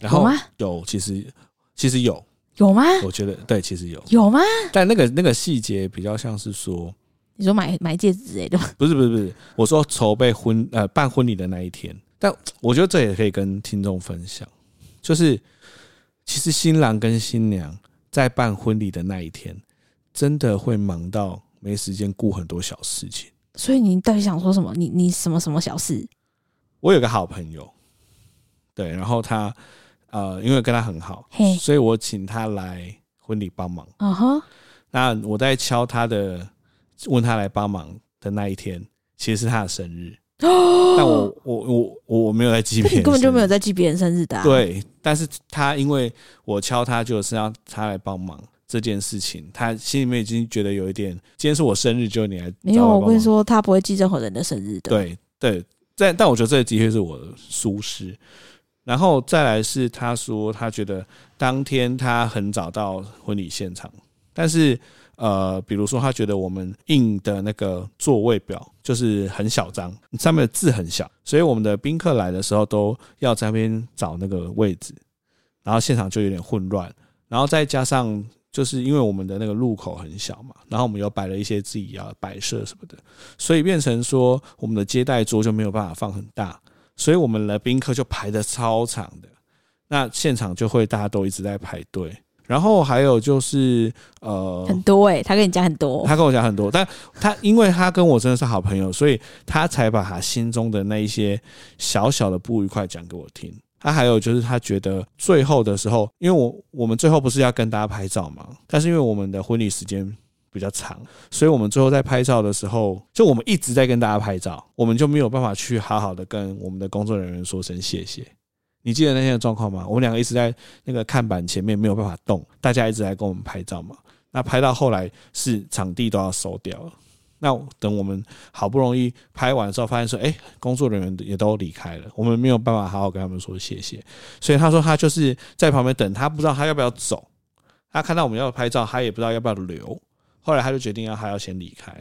然
有
后
吗？
有其实其实有，
有吗？
我觉得对，其实有，
有吗？
但那个那个细节比较像是说，
你说买买戒指哎、欸，对吧？
不是不是不是，我说筹备婚呃办婚礼的那一天，但我觉得这也可以跟听众分享，就是其实新郎跟新娘在办婚礼的那一天，真的会忙到没时间顾很多小事情。
所以你到底想说什么？你你什么什么小事？
我有个好朋友，对，然后他呃因为跟他很好
嘿，
所以我请他来婚礼帮忙。
啊哈，
那我在敲他的问他来帮忙的那一天，其实是他的生日。但我我我我我没有在记
但
别
你哦 [laughs]
人，
根本就没有在记别人生日的、啊。，
对，但是他因为我敲他就是要他来帮忙这件事情，他心里面已经觉得有一点，今天是我生日，就你来
没
找
有，
我
我
帮
跟你
忙，
说，他不会记任何人的生日的。，
对对，但但我觉得这的确是我的疏失。然后再来是他说他觉得当天他很早到婚礼现场，但是呃，比如说他觉得我们印的那个座位表就是很小张，上面的字很小，所以我们的宾客来的时候都要在那边找那个位置，然后现场就有点混乱，然后再加上就是因为我们的那个入口很小嘛，然后我们又摆了一些自己要摆设什么的，所以变成说我们的接待桌就没有办法放很大，所以我们的宾客就排的超长的，那现场就会大家都一直在排队。然后还有就是呃，
很多哎、他跟你讲很多，
他跟我讲很多，但他因为他跟我真的是好朋友，所以他才把他心中的那一些小小的不愉快讲给我听。他还有就是他觉得最后的时候，因为我我们最后不是要跟大家拍照嘛，但是因为我们的婚礼时间比较长，所以我们最后在拍照的时候，就我们一直在跟大家拍照，我们就没有办法去好好的跟我们的工作人员说声谢谢。你记得那天的状况吗？我们两个一直在那个看板前面没有办法动，大家一直来跟我们拍照嘛。那拍到后来是场地都要收掉了。那等我们好不容易拍完之后，发现说，哎、工作人员也都离开了，我们没有办法好好跟他们说谢谢。所以他说他就是在旁边等，他不知道他要不要走，他看到我们要拍照，他也不知道要不要留。后来他就决定要他要先离开，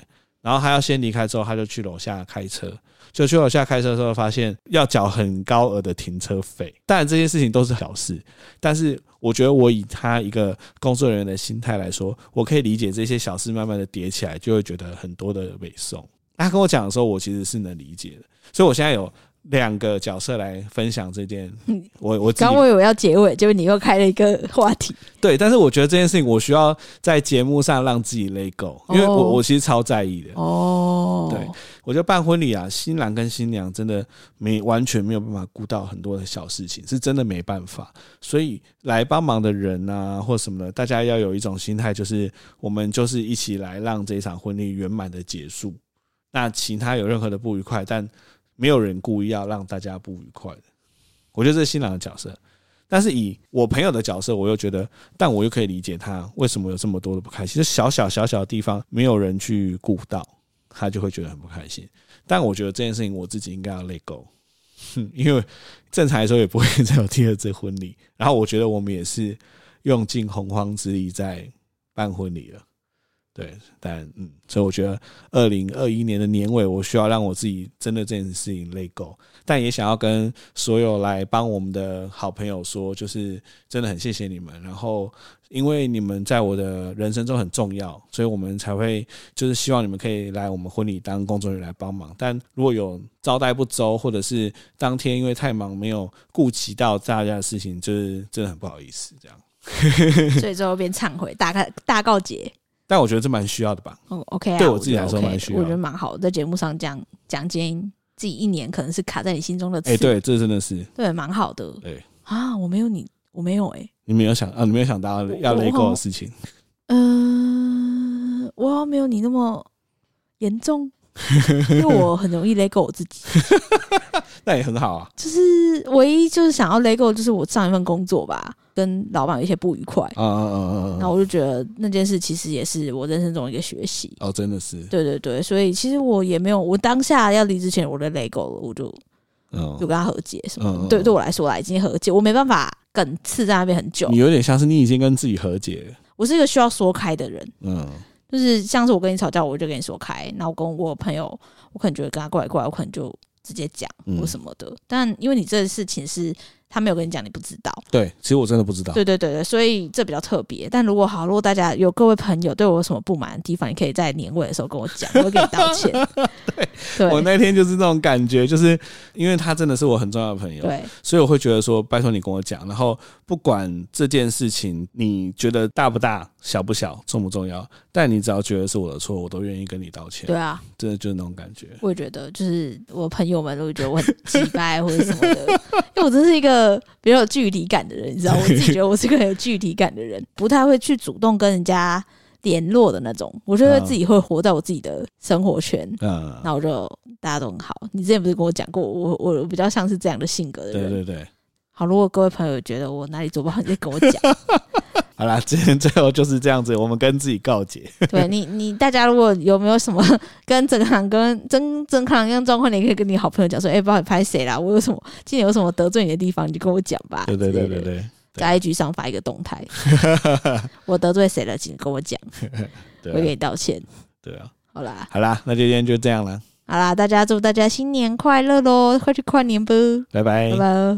然后他要先离开之后，他就去楼下开车。就去楼下开车的时候，发现要缴很高额的停车费。当然这些事情都是小事，但是我觉得我以他一个工作人员的心态来说，我可以理解这些小事慢慢的叠起来，就会觉得很多的北宋。他跟我讲的时候，我其实是能理解的，所以我现在有两个角色来分享这件
嗯，
我我自己
刚我以为要结尾，结果你又开了一个话
[laughs]
题，
对，但是我觉得这件事情我需要在节目上让自己勒够，因为
哦
我我其实超在意的。
哦，
对 [laughs] 我觉得办婚礼啊，新郎跟新娘真的没完全没有办法顾到很多的小事情，是真的没办法。所以来帮忙的人啊，或什么的，大家要有一种心态，就是我们就是一起来让这一场婚礼圆满的结束。那其他有任何的不愉快，但没有人故意要让大家不愉快的。我觉得这是新郎的角色，但是以我朋友的角色，我又觉得，但我又可以理解他为什么有这么多的不开心。就小小小小的地方，没有人去顾到。他就会觉得很不开心。但我觉得这件事情我自己应该要 let go，哼因为正常来说也不会再有第二次婚礼。然后我觉得我们也是用尽洪荒之力在办婚礼了，对。但嗯，所以我觉得二零二一年的年尾，我需要让我自己真的这件事情 let go，但也想要跟所有来帮我们的好朋友说，就是真的很谢谢你们。然后因为你们在我的人生中很重要，所以我们才会就是希望你们可以来我们婚礼当工作人员来帮忙。但如果有招待不周，或者是当天因为太忙没有顾及到大家的事情，就是真的很不好意思这样。
所以最后变忏悔，大概大告解。
但我觉得这蛮需要的吧。
哦，OK 啊，
对我自己
觉
来
得
说
OK
蛮需要
我觉得蛮好的，在节目上讲讲今自己一年可能是卡在你心中的
哎、
刺，
对，这真的是
对，蛮好的
对。
啊，我没有你，我没有哎、欸，
你没有想啊，你没有想到
我
要
我
雷
好
狗
像
的事情。
嗯、呃我好像没有你那么严
[laughs]
重，因为我很容易 l 狗我自己，
那也很好啊。
就是唯一就是想要 l 狗就是我上一份工作吧，跟老板有一些不愉快，
啊啊啊啊
然
啊！
后我就觉得那件事其实也是我人生中一个学习，
哦，真的是，
对对对，所以其实我也没有，我当下要离职前我的 l 狗了，我就
嗯
就，跟他和解什么的。
嗯嗯嗯
对，对我来说啦，已经和解，我没办法梗刺在那边很久
你。有点像是你已经跟自己和解了。
我是一个需要说开的人，
嗯
就是像是我跟你吵架，我就跟你说开，然后跟我朋友，我可能觉得跟他怪怪，我可能就直接讲
嗯
或什么的。但因为你这个事情是他没有跟你讲，你不知道。
对，其实我真的不知道。
对对对对，所以这比较特别。但如果好，如果大家有各位朋友对我有什么不满的地方，你可以在年尾的时候跟我讲，我会给你道
[laughs]
歉。对对
我那天就是那种感觉，就是因为他真的是我很重要的朋友，
对，
所以我会觉得说，拜托你跟我讲，然后不管这件事情你觉得大不大、小不小、重不重要，但你只要觉得是我的错，我都愿意跟你道歉。
对啊，
真的就是那种感觉。
我也觉得，就是我朋友们都会觉得我很鸡掰或者什么的，因为我真是一个比较有距离感的人，你知道，我自己觉得我是个很有距离感的人，不太会去主动跟人家联络的那种，我就会自己会活在我自己的生活圈。
嗯，
那我就大家都很好，你之前不是跟我讲过，我我我比较像是这样的性格的人。
对对对，
好，如果各位朋友觉得我哪里做不好，你再跟我讲。
好啦，今天最后就是这样子，我们跟自己告解。
对你你大家如果有没有什么 [laughs] 跟整行跟真真康一样状况，你也可以跟你好朋友讲说，哎、不知道你拍谁啦，我有什么今年有什么得罪你的地方，你就跟我讲吧。
对对对
之
对
类的，
对
在 IG 上发一个动
[laughs]
态，我得罪谁了，请跟我讲，我给
对啊
你道歉。
对啊！
好啦，
好啦，那就今天就这样了，
好啦，大家祝大家新年快乐喽！快去跨年吧，
拜拜
拜拜。